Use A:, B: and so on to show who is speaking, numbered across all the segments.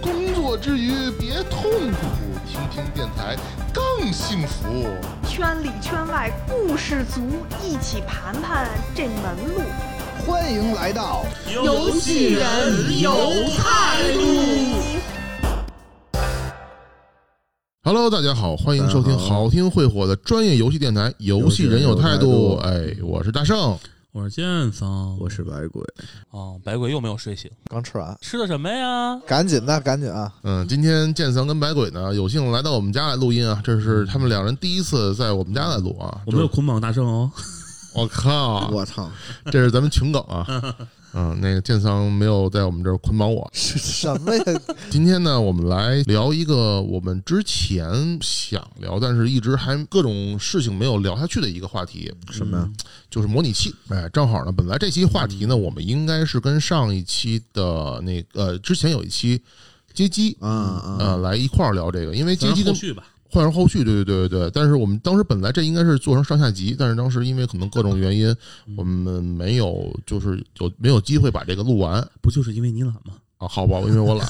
A: 工作之余别痛苦，听听电台更幸福。
B: 圈里圈外故事足，一起盘盘这门路。
C: 欢迎来到
D: 游戏人有态度。
A: Hello，大家好，欢迎收听好听会火的专业游戏电台《游戏人有态度》。哎，我是大圣。
E: 我是剑锋，
F: 我是白鬼，
D: 哦，白鬼又没有睡醒，
C: 刚吃完，
D: 吃的什么呀？
C: 赶紧的，赶紧啊！
A: 嗯，今天剑三跟白鬼呢，有幸来到我们家来录音啊，这是他们两人第一次在我们家来录啊。
E: 我没有
A: 就是，
E: 捆绑大圣哦。
A: 我靠，
F: 我操，
A: 这是咱们群梗 啊。嗯，那个剑桑没有在我们这儿捆绑我。
C: 是什么呀？
A: 今天呢，我们来聊一个我们之前想聊，但是一直还各种事情没有聊下去的一个话题，嗯
F: 什么呀？嗯
A: 就是模拟器。哎，正好呢，本来这期话题呢，我们应该是跟上一期的那个呃，之前有一期街机。
F: 啊啊
A: 呃，来一块儿聊这个，因为街
E: 咱
A: 机
E: 后
A: 跟
E: 续吧，
A: 换成后续，对对对对对。但是我们当时本来这应该是做成上下集，但是当时因为可能各种原因，
F: 嗯
A: 我们没有就是有没有机会把这个录完
E: 不就是因为你懒吗？
A: 啊？好吧，因为我懒。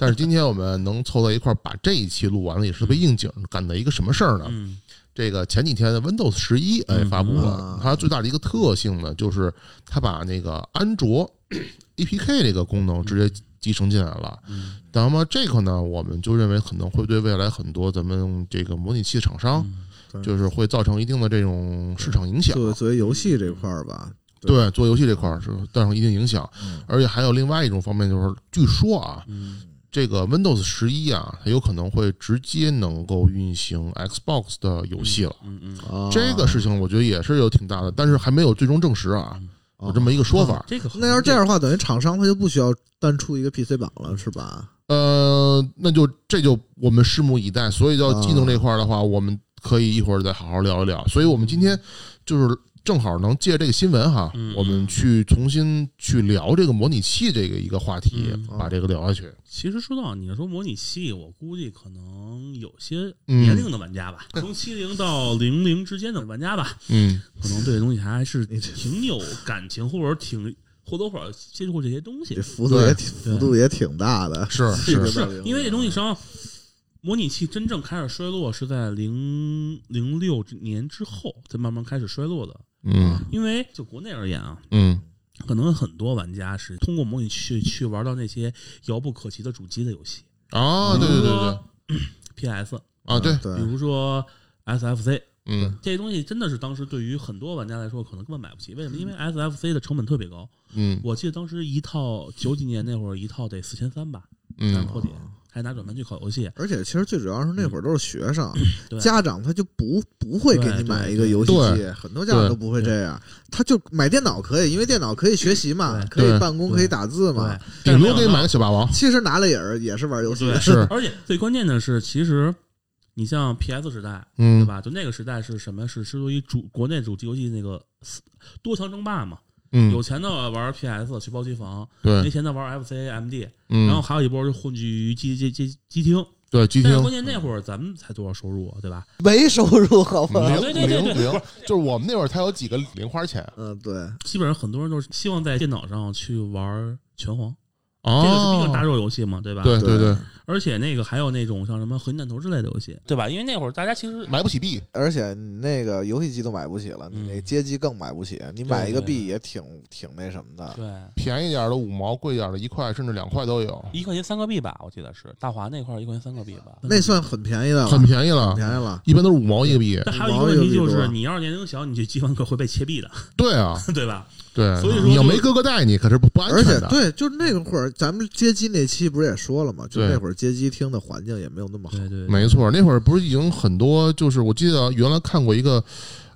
A: 但是今天我们能凑到一块儿把这一期录完了，也是特别应景，赶的一个什么事儿呢？
E: 嗯，
A: 这个前几天的 Windows 十一哎
E: 嗯
A: 发布
F: 啊
A: 了，它最大的一个特性呢，就是它把那个安卓 APK 这个功能直接集成进来了。
E: 嗯
A: 那么这个呢，我们就认为可能会对未来很多咱们这个模拟器厂商，
F: 嗯
A: 就是会造成一定的这种市场影响。
F: 作作为游戏这块儿吧，
A: 对，做游戏这块儿是造成一定影响
F: 嗯，
A: 而且还有另外一种方面就是，据说啊，
E: 嗯
A: 这个 Windows 十一啊，它有可能会直接能够运行 Xbox 的游戏了。
E: 嗯嗯，
F: 啊
A: 这个事情我觉得也是有挺大的，但是还没有最终证实啊，有这么一个说法。
E: 嗯哦啊这个好
F: 那要是这样，的话，等于厂商他就不需要单出一个 PC 版了，是吧？
A: 呃，那就这就我们拭目以待。所以到
F: 啊
A: 技能这块儿的话，我们可以一会儿再好好聊一聊。所以我们今天就是正好能借这个新闻哈，
E: 嗯
A: 我们去重新去聊这个模拟器这个一个话题，
E: 嗯
A: 把这个聊下去。
E: 其实说到你要说模拟器，我估计可能有些
F: 嗯
E: 年龄的玩 家吧，从七零到零零之间的玩家吧，
A: 嗯，
E: 可能对这东西还是
F: 你这
E: 挺有感情，或者挺或多或少接触过这些东西
F: 这。幅度也挺幅度也挺大的，
A: 是是，
E: 是因为这东西实际上，模拟器真正开始衰落是在零零六年之后，才慢慢开始衰落的。
A: 嗯
E: 因为就国内而言啊，
A: 嗯
E: 可能很多玩家是通过模拟器去玩到那些遥不可及的主机的游戏
A: 啊，对对对对
E: ，PS，
A: 啊，对，
F: 对
E: 比如说 SFC
A: 嗯
E: 这些东西，真的是当时对于很多玩家来说，可能根本买不起。为什么？因为 SFC 的成本特别高，
A: 嗯
E: 我记得当时一套九几年那会儿，一套得四千三吧，
A: 嗯
E: 破解还拿转盘去考游戏。
F: 而且其实最主要是那会儿都是学生，
E: 对
F: 家长他就不不会给你买一个游戏
A: 嗯对
F: 机，很多家长都不会这样，他就买电脑可以，因为电脑可以学习嘛，可
A: 对
F: 以办公，
E: 对
F: 可以打字嘛
E: 对。，
A: 顶多
E: 给
A: 给你买个小霸 王，
F: 其实拿了也是也是玩游戏
E: 对，，
A: 是
E: 而且最关键的是，其实你像 PS 时代，对
A: 嗯
E: 吧？就那个时代是什么？是是对于主国内主机游戏那个多强争霸嘛。有
A: 嗯，
E: 钱的玩 PS 去包机房，没
A: 对，
E: 钱的玩 FC、MD，然后
A: 嗯
E: 还有一波就混迹于机机机机厅。
A: 对，机
E: 但
A: 厅
E: 是关键那会儿咱们才多少收入啊，对吧？
C: 没收入好吗？
A: 零
E: 对对对
A: 嗯零
E: 对
A: 零，就是我们那会儿才有几个零花钱
F: 嗯，对。
E: 基本上很多人都是希望在电脑上去玩拳皇，这个是毕竟大
A: 哦，
E: 肉游戏嘛，对吧？
A: 对对对，
E: 而且那个还有那种像什么合金弹头之类的游戏，对吧？因为那会儿大家其实
A: 买不起币，
C: 而且你那个游戏机都买不起了，你
E: 嗯
C: 那街机更买不起。你买一个
E: 对
C: 币也挺挺那什么的。
E: 对。
A: 便宜点儿的五毛，贵点儿的一块甚至两块都有，
E: 一块钱三个币吧，我记得是大华那块儿一块钱三个币吧。
F: 那算很便宜的了，
A: 很便宜了
F: 很，便宜了。
A: 一般都是五毛一个币。
E: 但还有一个问题就
F: 五毛一个币
E: 是，
F: 多
E: 你要是年龄小，你去机房课会被切币的，
A: 对啊，
E: 对吧？
A: 对，
E: 所以说
A: 你要
E: 就
A: 没哥哥带你，可是不不安
F: 而且
A: 全的。
F: 对，就是那会儿咱们街机那期不是也说了嘛，就
A: 对
F: 那会儿街机厅的环境也没有那么好。
E: 对对，
A: 没错，那会儿不是已经很多，就是我记得原来看过一个。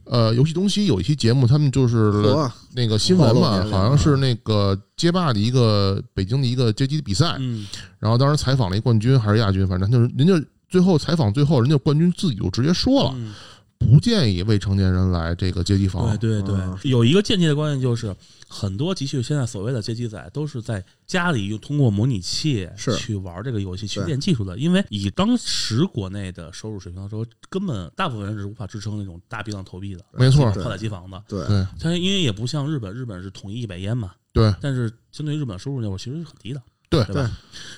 A: 呃，游戏东西有一期节目，他们就是
F: 和啊
A: 那个新闻
F: 暴露
A: 嘛
F: 年，龄
A: 好像是那个街霸的一个北京的一个街机比赛，
E: 嗯，
A: 然后当时采访了一冠军还是亚军，反正就是人家最后采访最后，人家冠军自己就直接说了，
E: 嗯
A: 不建议未成年人来这个街机房。
E: 对对对，
A: 嗯
F: 啊
E: 有一个间接的关系就是，很多集训现在所谓的街机仔都是在家里用通过模拟器
F: 是
E: 去玩这个游戏，去
F: 对
E: 练技术的。因为以当时国内的收入水平来说，根本大部分人是无法支撑那种大批量投币的
A: 没错，
F: 对
E: 扩大机房的。
F: 对
A: 对
E: 它因为也不像日本，日本是统一一百烟嘛，
A: 对，
E: 但是相对于日本的收入那会儿其实是很低的。
A: 对
E: 对吧？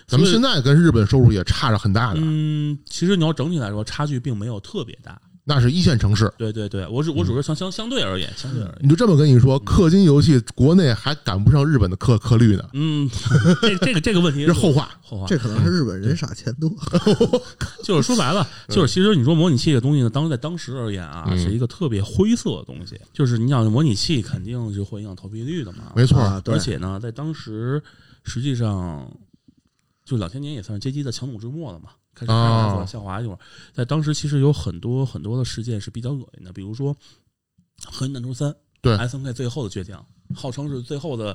A: 咱们
E: 所以
A: 现在跟日本收入也差着很大的，
E: 嗯，其实你要整体来说，差距并没有特别大。
A: 那是一线城市。
E: 对对对，我只
A: 嗯
E: 我只是相相相对而言，相对而言。
A: 你就这么跟你
E: 嗯
A: 说，氪金游戏国内还赶不上日本的氪氪率呢，
E: 嗯， 这这个这个问题
A: 这是后话。
E: 后话，
F: 这可能是日本人傻钱多，
E: 就是说白了，就是其实你说模拟器这个东西呢，当在当时而言啊，
A: 嗯
E: 是一个特别灰色的东西。就是你想模拟器肯定就会影响投币率的嘛，
A: 没错，
F: 啊对
E: 而且呢，在当时实际上就两千年也算是街机的强弩之末了嘛，开始
A: 哦
E: 开始下滑一会儿。在当时其实有很多很多的事件是比较恶心的，比如说《合金弹头三》
A: 对嗯
E: S N K 最后的倔强，号称是最后的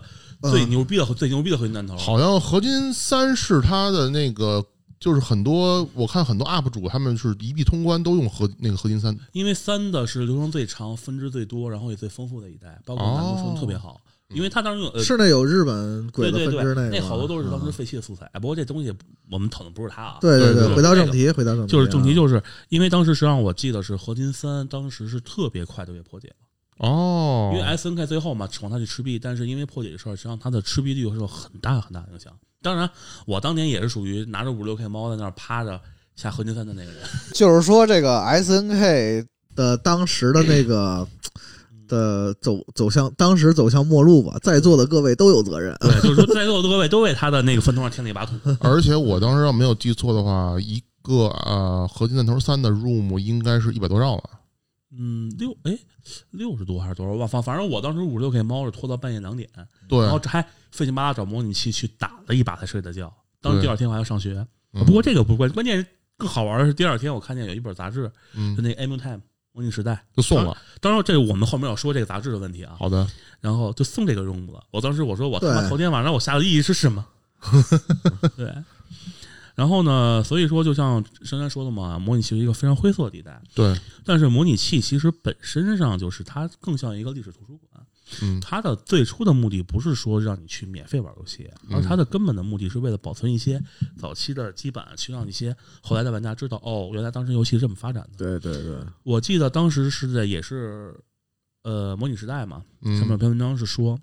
E: 最牛逼的最牛逼的合金弹头。
A: 好像合金三是它的那个，就是很多我看很多 UP 主他们是一币通关都用合那个合金三，
E: 因为三的是流程最长、分支最多，然后也最丰富的一代，包括难度设定特别好。因为它当时有
F: 哦
E: 呃，
F: 嗯是那有日本鬼
E: 对
F: 子
E: 对
F: 分支
E: 对，
F: 个吗，
E: 好多都是当时
F: 啊
E: 废弃的素材。不过这东西我们讨论不是它啊，
F: 对
A: 对
F: 对
A: 对，
F: 回到正
E: 那个
F: 题，回到正题啊，
E: 就是正题，就是因为当时实际上我记得是合金三，当时是特别快就被破解了，
A: 哦
E: 因为 S N K 最后嘛指望它去吃币，但是因为破解这事儿，实际上它的吃币率受很大很大的影响。当然，我当年也是属于拿着五六 K 猫在那儿趴着下合金三的那个人。
C: 就是说这个 S N K
F: 的当时的那个的走走向，当时走向末路吧，在座的各位都有责任。
E: 对，就是说在座的各位都为他的那个坟头上添了一把土。
A: 而且我当时要没有记错的话，一个呃合金弹头三的 room 应该是一百多兆了，
E: 嗯，六哎六十多还是多少？忘反反正我当时五十六 K 猫是拖到半夜两点，
A: 对
E: 然，后这还费劲巴拉找模拟器去打了一把才睡的觉。当时第二天我还要上学，
A: 嗯
E: 啊不过这个不关，关键是更好玩的是第二天我看见有一本杂志，
A: 嗯
E: 就那《Emu Time》模拟时代，
A: 就送了，
E: 当然这我们后面要说这个杂志的问题啊，
A: 好的，
E: 然后就送这个 room 了。我当时我说我他妈
F: 对
E: 头天晚上我下的意义是什么？ 对。然后呢，所以说就像珊珊说的嘛，模拟器是一个非常灰色的地带。
A: 对，
E: 但是模拟器其实本身上就是它更像一个历史图书馆，
A: 嗯
E: 它的最初的目的不是说让你去免费玩游戏，
A: 嗯
E: 而它的根本的目的是为了保存一些早期的基板，去让一些后来的玩家知道哦，原来当时游戏是这么发展的。
F: 对对对，
E: 我记得当时是在也是呃模拟时代嘛，
A: 嗯
E: 上面有篇文章是说。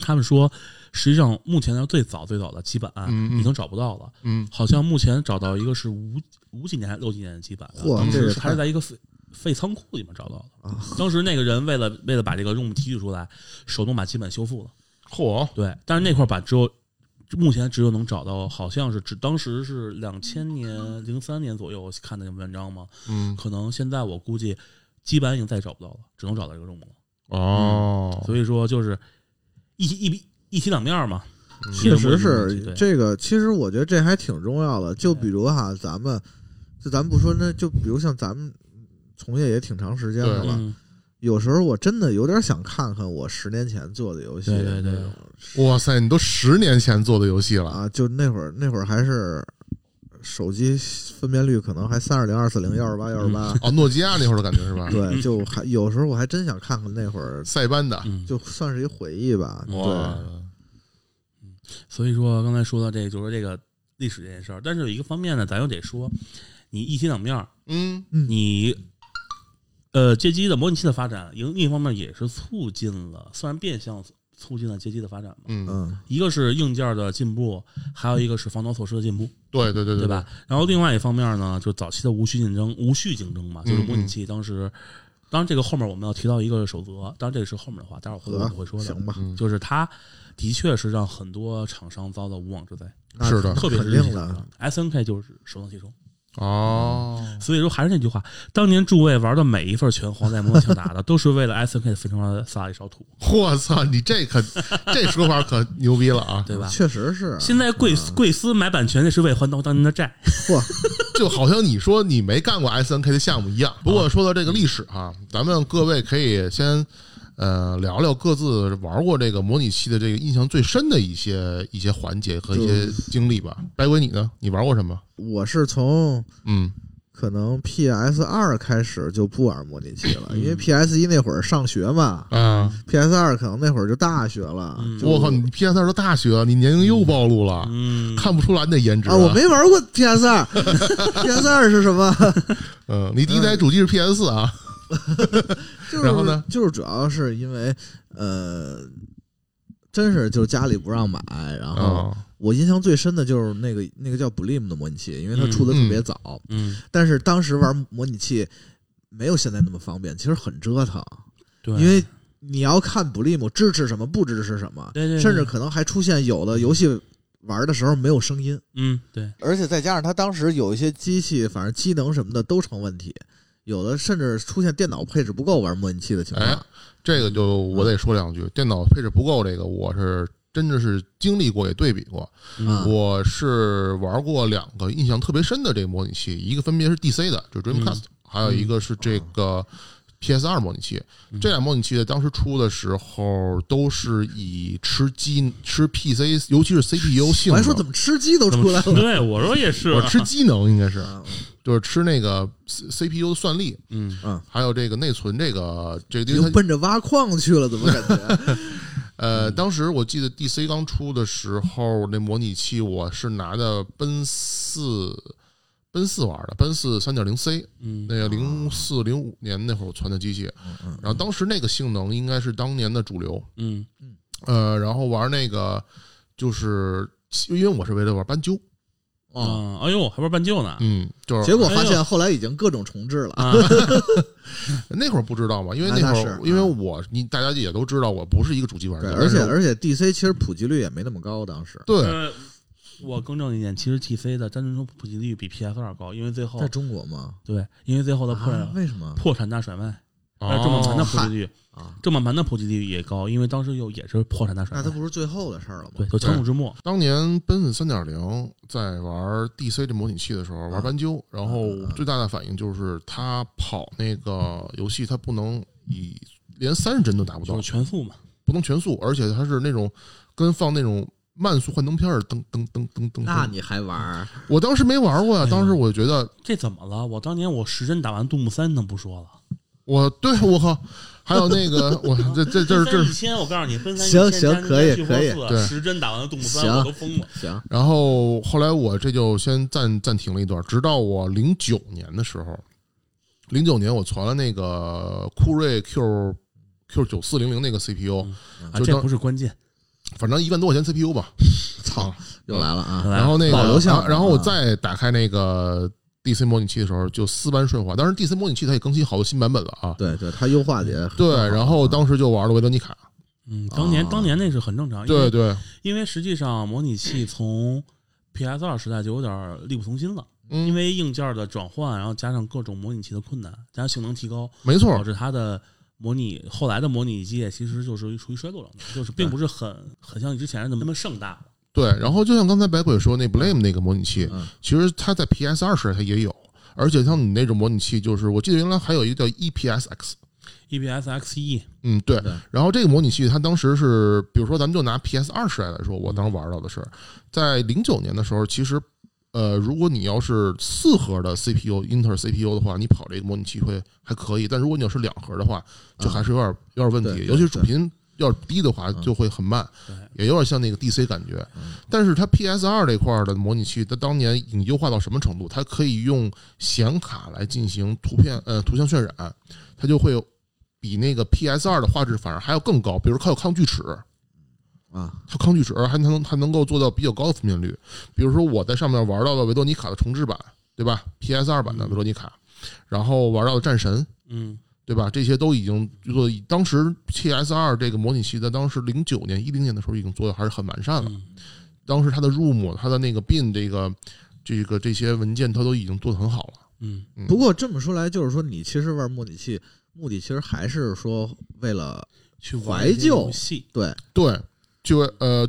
E: 他们说，实际上目前的最早最早的基板
A: 嗯嗯
E: 已经找不到了，
A: 嗯
E: 好像目前找到一个是五五几年还是六几年的基板，
F: 嚯
E: 当
F: 这
E: 时
F: 个太
E: 还是在一个废废仓库里面找到的
F: 啊。
E: 当时那个人为了为了把这个 room 提取出来，手动把基板修复了。
A: 嚯，
E: 对，但是那块板只有目前只有能找到，好像是只当时是两千年零三年左右我看的文章嘛，
A: 嗯
E: 可能现在我估计基板已经再也找不到了，只能找到这个 room 了。
F: 嗯
A: 哦，
E: 嗯所以说就是一一一体两面嘛，
F: 嗯确实
E: 对
F: 是
E: 对
F: 这个。其实我觉得这还挺重要的。就比如哈，咱们就咱们不说，那就比如像咱们从业也挺长时间了
A: 对
F: 吧，
E: 嗯，
F: 有时候我真的有点想看看我十年前做的游戏，
E: 对对对
F: 那种
A: 哇塞，你都十年前做的游戏了，
F: 啊，就那会儿那会儿还是手机分辨率可能还三二零、二四零、幺二八、幺二八，
A: 哦，诺基亚那会儿的感觉是吧？
F: 对，就还有时候我还真想看看那会儿，
A: 塞班的，
E: 嗯
F: 就算是一回忆吧。
A: 哇
F: 对，，
E: 所以说刚才说到这个，就说这个历史这件事儿，但是有一个方面呢，咱又得说，你一体两面儿，
A: 嗯，
E: 你呃街机的模拟器的发展，另一方面也是促进了，虽然变相促进了街机的发展嘛。
A: 嗯，
F: 嗯，
E: 一个是硬件的进步，还有一个是防盗措施的进步，
A: 对对对
E: 对
A: 对？
E: 吧？
F: 嗯
E: 然后另外一方面呢，就早期的无序竞争，无序竞争嘛，
F: 嗯
E: 就是模拟器当时，当然这个后面我们要提到一个守则，当然这个是后面的话，待会儿回头我会说的。
F: 啊行吧，
A: 嗯
E: 就是它的确是让很多厂商遭到无妄之灾，
F: 那
A: 是的
E: 特别是
F: 肯
E: 日系
F: 定
E: 厂
F: 的啊
E: 商。S N K 就是首当其冲，
A: 哦，
E: 所以说还是那句话，当年诸位玩的每一份拳皇在模拟器打的，都是为了 S N K 的坟头上撒了一勺土，
A: 我操，你这可 这说法可牛逼了啊！
E: 对吧？
F: 确实是啊。
E: 现在贵
F: 啊
E: 贵司买版权那是为还当当年的债，
A: 就好像你说你没干过 S N K 的项目一样。不过说到这个历史哈、咱们各位可以先呃聊聊各自玩过这个模拟器的这个印象最深的一些一些环节和一些经历吧。白鬼，你呢？你玩过什么？
F: 我是从
A: 嗯
F: 可能 PS 二开始就不玩模拟器了，
E: 嗯
F: 因为 PS 一那会儿上学嘛
A: 啊，
F: ，PS 二可能那会儿就大学了
E: 嗯。
F: 就
A: 我靠，你 PS 二都大学，你年龄又暴露了，
E: 嗯，
A: 看不出来你的颜值
F: 啊，我，没玩过 PS 二 ，PS 二是什么？
A: 嗯，你第一台主机是 PS 四啊，
F: 就是
A: 然后呢
F: 就是主要是因为呃，真是就是家里不让买，然后
A: 啊，
F: 我印象最深的就是那个那个叫 Blim 的模拟器，因为它
E: 嗯
F: 出的特别
A: 嗯
F: 早，
E: 嗯，
F: 但是当时玩模拟器没有现在那么方便，其实很折腾，
E: 对，
F: 因为你要看 Blim 支持什么，不支持什么，
E: 对对对
F: 甚至可能还出现有的游戏玩的时候没有声音，
E: 嗯，对，
C: 而且再加上他当时有一些
F: 机器反正机能什么的都成问题，有的甚至出现电脑配置不够玩模拟器的情况。
A: 哎这个就我得说两句，
F: 嗯
A: 电脑配置不够，这个我是真的是经历过也对比过，
F: 啊
E: 嗯
A: 我是玩过两个印象特别深的这个模拟器，一个分别是 DC 的，就是
F: 嗯
A: Dreamcast，、还有一个是这个 PS 二模拟器。
E: 嗯
A: 这俩模拟器在当时出的时候，都是以吃机吃 PC，尤其是 CPU 性
F: 我还
A: 能。
F: 说怎么吃鸡都
E: 怎
F: 出
E: 么
F: 来
E: 吃
F: 了，
E: 对，我说也是，
A: 我吃机能应该是，
F: 啊
A: 就是吃那个 C- CPU 的算力，
E: 嗯，
A: 还有这个内存这个这 个，因
F: 就
A: 为它
F: 奔着挖矿去了，怎么感 觉？
A: 呃，当时我记得 DC 刚出的时候，那模拟器我是拿的奔四奔四玩的，奔四三点零 C，
E: 嗯，
A: 那个零四零五年那会儿我攒的机器，然后当时那个性能应该是当年的主流，
E: 嗯，
A: 呃，然后玩那个就是因为我是为了玩斑鸠，
F: 哦，
E: 啊，哎呦，还玩半旧呢，
A: 嗯，就是
F: 结果发现后来已经各种重置了。
E: 啊，
A: 那会儿不知道嘛，因为
F: 那
A: 那会
F: 啊那
A: 儿
F: 是嗯
A: 因为我你大家也都知道我不是一个主机玩
F: 哎对，
A: 家，
F: 而且
A: 但是
F: 而且 DC 其实普及率也没那么高，当时
A: 对
E: 呃我更正一点，其实 TC 的单纯说普及率比 PS 二高，因为最后
F: 在中国嘛，
E: 对，因为最后的破
F: 啊
E: 产
F: 为什么
E: 破产大甩卖，
A: 哦
E: 但是正版盘的普及率，
F: 啊？
E: 正版盘的普及率也高，因为当时有也是破产大甩
F: 那它
E: 卖，
F: 不是最后的事儿了
E: 对，
F: 吗？
E: 就强弩之末，
A: 当年奔四三点零在玩 DC 这模拟器的时
F: 嗯
A: 候玩斑鸠，然后最大的反应就是它跑那个游戏它不能以连三十帧都达不到
E: 就是，全速嘛，
A: 不能全速，而且它是那种跟放那种慢速幻灯片儿，噔噔噔噔噔。
F: 那
A: 噔。
F: 你还玩儿？
A: 我当时没玩过呀，啊
E: 哎呦
A: 当时我觉得
E: 这怎么了？我当年我时针打完杜牧三，能不说了？
A: 我对我靠，还有那个我这这这
E: 奔
A: 这
E: 三一，千，我告诉你，奔三一
F: 行
E: 千
F: 行
E: 加
F: 可以
E: 加去活
F: 可以
E: 字
A: 对
E: 时针打完了杜牧
F: 行
E: 三，嗯我都疯了。
F: 行，
A: 然后后来我这就先暂暂停了一段，直到我零九年的时候，零九年我传了那个酷睿 Q Q 九四零零那个 CPU，
E: 嗯啊，
A: 就
E: 这
A: 当
E: 不是关键，
A: 反正一万多块钱 CPU 吧，
F: 操，又来了啊！
E: 来
A: 然后那个，
F: 保留项
A: 然后然后我
F: 啊
A: 再打开那个 DC 模拟器的时候，就丝般顺滑。当然，DC 模拟器它也更新好多新版本了啊。
F: 对对，它优化的也很
A: 对
F: 好，
A: 然后当时就玩了维罗妮卡。
E: 嗯，当年
F: 啊
E: 当年那是很正常，因
A: 对
E: 为
A: 对，
E: 因为实际上模拟器从 PS 二时代就有点力不从心了，
A: 嗯
E: 因为硬件的转换，然后加上各种模拟器的困难，加上性能提高，
A: 没
E: 导
A: 错，
E: 致它的模拟后来的模拟机也其实就是处于衰落状态，就是并不是很很像之前那么那么盛大。
A: 对。然后就像刚才白鬼说那 Blame 那个模拟器，
F: 嗯
A: 其实它在 PS 二时代它也有，而且像你那种模拟器，就是我记得原来还有一个叫 E EPSX。
E: EBS XE，
A: 嗯，对
F: 对。
A: 然后这个模拟器，它当时是，比如说，咱们就拿 PS 二时代来说，我当时玩到的是，在零九年的时候，其实，呃，如果你要是四核的 CPU，英特尔 CPU 的话，你跑这个模拟器会还可以。但如果你要是两核的话，就还是有点、有点问
F: 嗯对
A: 题，
F: 对
A: 尤其是主频要是低的话，
F: 嗯
A: 就会很慢
E: 对，
A: 也有点像那个 DC 感觉
F: 嗯。
A: 但是它 PS 二这块儿的模拟器，它当年已经优化到什么程度？它可以用显卡来进行图片呃图像渲染，它就会有比那个 PS 二的画质反而还要更高，比如它有抗锯齿，
F: 啊，
A: 它抗锯齿还能还能够做到比较高的分辨率。比如说我在上面玩到了维多妮卡的重置版，对吧？PS 二版的维多妮卡，然后玩到了战神，
E: 嗯，
A: 对吧？这些都已经做，当时 PS 二这个模拟器在当时零九年、一零年的时候已经做的还是很完善了。
E: 嗯
A: 当时它的 Room、它的那个 Bin 这个、这个这些文件，它都已经做得很好了。
E: 嗯，
F: 不过这么说来，就是说你其实玩模拟器，目的其实还是说为了
E: 去玩
F: 怀旧
E: 游戏，
F: 对
A: 对，就呃，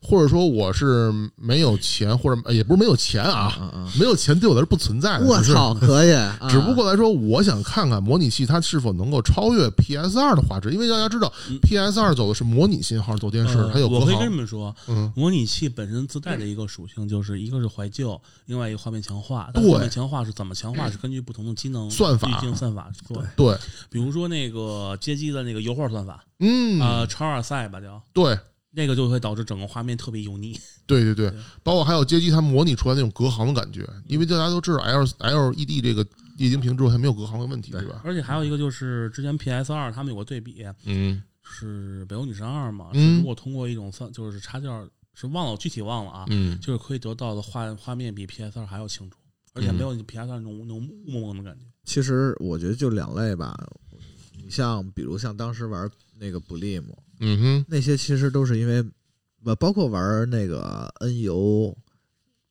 A: 或者说我是没有钱，或者呃也不是没有钱啊，
F: 啊啊！
A: 没有钱对我来说不存在的。
F: 我
A: 只是
F: 操，可 以，啊
A: 只不过来说，我想看看模拟器它是否能够超越 PS 二的画质，因为大家知道 PS 二走的是模拟信号走电视，
E: 呃
A: 它有隔
E: 嗯我可以
A: 行
E: 跟。你们说，
A: 嗯
E: 模拟器本身自带的一个属性就是一个是怀旧，另外一个画面强化。但
A: 对
E: 画面强化是怎么强化？是根据不同的机能
A: 算法
E: 滤镜算法做。
A: 对，
E: 比如说那个街机的那个油画算法，
A: 嗯，
E: 啊，超二赛吧叫。
A: 对，
E: 那个就会导致整个画面特别油腻，
A: 对对对
E: 对，
A: 包括还有街机，它模拟出来那种隔行的感觉，因为大家都知道 L LED 这个液晶屏之后它没有隔行的问题，对吧？
E: 而且还有一个就是之前 PS 二他们有过对比，
A: 嗯
E: 是《北欧女神二》嘛，
A: 嗯
E: 是如果通过一种算就是插件儿是忘了，我具体忘了啊，
A: 嗯，
E: 就是可以得到的画画面
F: 嗯
E: 比 PS 二还要清楚，而且没有 PS 二那种那种雾蒙蒙的感觉。
F: 其实我觉得就两类吧。你像比如像当时玩那个 Blim
A: 嗯
F: 那些，其实都是因为，呃，包括玩那个 NU、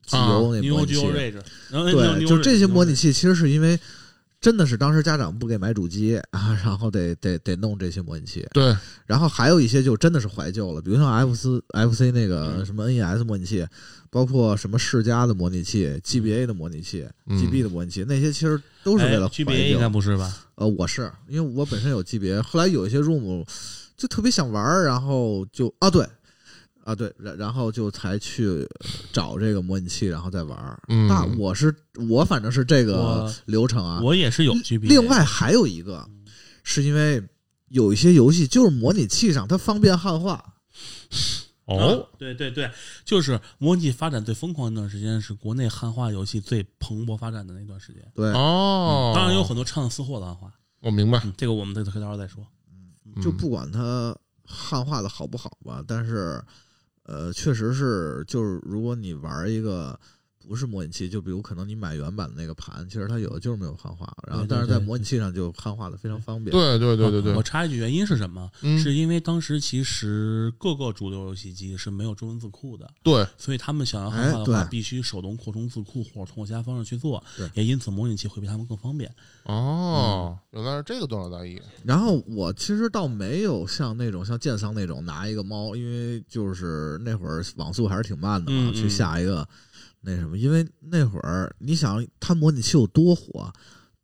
F: GU 那
E: New
F: 模拟
E: Geo
F: 器，
E: Rage，然后
F: 对，就这些模拟
E: 器，
F: 器，其实是因为真的是当时家长不给买主机啊，然后得得得弄这些模拟器。
A: 哼，对，
F: 然后还有一些就真的是怀旧了，比如像 F 四 F C 那个
E: 嗯
F: 什么 NES 模拟器，包括什么世嘉的模拟器、G B A 的模拟器、
A: 嗯
F: G B 的模拟器，那些其实都是为了怀旧。
E: GBA 应该不是吧？
F: 呃，我是因为我本身有 G B A，后来有一些 room 就特别想玩儿，然后就啊对啊对，然然后就才去找这个模拟器，然后再玩儿。
A: 嗯，
F: 那我是我反正是这个
E: 我
F: 流程啊。
E: 我也是有 GBA。
F: 另外还有一个，是因为有一些游戏就是模拟器上它方便汉化，
E: 哦，对对对，就是模拟器发展最疯狂那段时间是国内汉化游戏最蓬勃发展的那段时间，
F: 对，
A: 哦，
E: 嗯当然有很多唱私货的汉化，
A: 我明白，
E: 嗯这个我们再可以到时候再说。
A: 嗯
E: 嗯
F: 就不管它汉化的好不好吧，但是呃，确实是就是如果你玩一个。不是模拟器，就比如可能你买原版的那个盘，其实它有的就是没有汉化，然后
E: 对对
F: 但是在
E: 对
F: 模拟器上就汉化的非常方便。
A: 对对对对对
E: 啊
F: 嗯
E: 我，插一句，原因是什么？
A: 嗯，
E: 是因为当时其实各个主流游戏机是没有中文字库的，
A: 对，
E: 所以他们想要汉化的
F: 哎
E: 话，
F: 对
E: 必须手动扩充字库或者通过其他方式去做
F: 对，
E: 也因此模拟器会比他们更方便。
F: 嗯
A: 哦，原来是这个段落大意，
F: 然后我其实倒没有像那种像剑桑那种拿一个猫，因为就是那会儿网速还是挺慢的嘛，
E: 嗯嗯
F: 去下一个那什么，因为那会儿你想它模拟器有多火，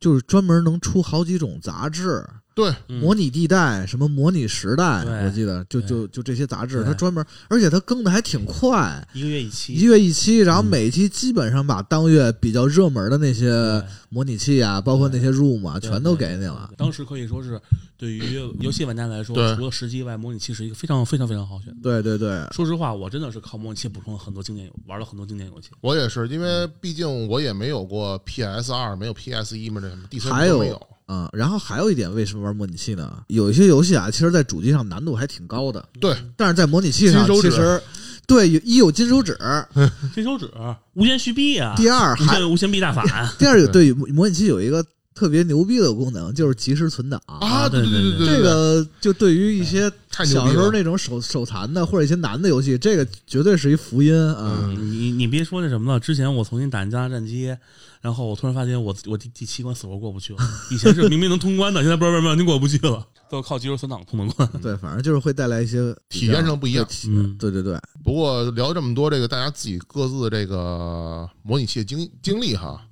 F: 就是专门能出好几种杂志，
A: 对，
E: 嗯
F: 模拟地带什么模拟时代，
E: 对
F: 我记得就
E: 对
F: 就就这些杂志，
E: 对
F: 它专门，而且它更的还挺快。
E: 一个月一
F: 一
E: 期，
F: 月一期，然后
E: 嗯
F: 每一期基本上把当月比较热门的那些
E: 对
F: 模拟器啊，包括那些 room 啊，
E: 对
F: 全都
E: 对
F: 给你
E: 对
F: 了
E: 对。当时可以说是对于游戏玩家来说
A: 对，
E: 除了实机外，模拟器是一个非常非常非常好选择。
F: 对对对，
E: 说实话，我真的是靠模拟器补充了很多经典游，玩了很多经典游戏。
A: 我也是，因
F: 嗯
A: 为毕竟我也没有过 PS 二，没有 PS 一嘛，这什么第三
F: 还
A: 都
F: 有
A: 没有，
F: 啊、然后还有一点，为什么玩模拟器呢？有一些游戏啊，其实在主机上难度还挺高的，
A: 对，
F: 但是在模拟器上
A: 金手指
F: 其实对有一有金手指，
E: 啊金手指、无限续币啊，
F: 第二
E: 无
F: 还
E: 限无限币大法，
F: 第二个对模拟器有一个特别牛逼的功能，就是及时存档。
A: 啊，
E: 对
A: 对
E: 对
A: 对
E: 对
A: 对，哎
F: 这个就对于一些
A: 太牛
F: 小
A: 逼
F: 时候
A: 了，
F: 那种手手残的或者一些难的游戏，这个绝对是一福音啊！
A: 嗯
E: 你你别说那什么了，之前我曾经打进加拿大战机，然后我突然发现我我第第七关死活过不去了。以前是明明能通关的，现在不知道为什么就过不去了，都靠肌肉存档通的关。
F: 对，反正就是会带来一些比较
A: 体验上不一样哦
F: 对体验
E: 嗯
F: 对对对，
A: 不过聊这么多，这个大家自己各自的这个模拟器的经经历哈。
F: 嗯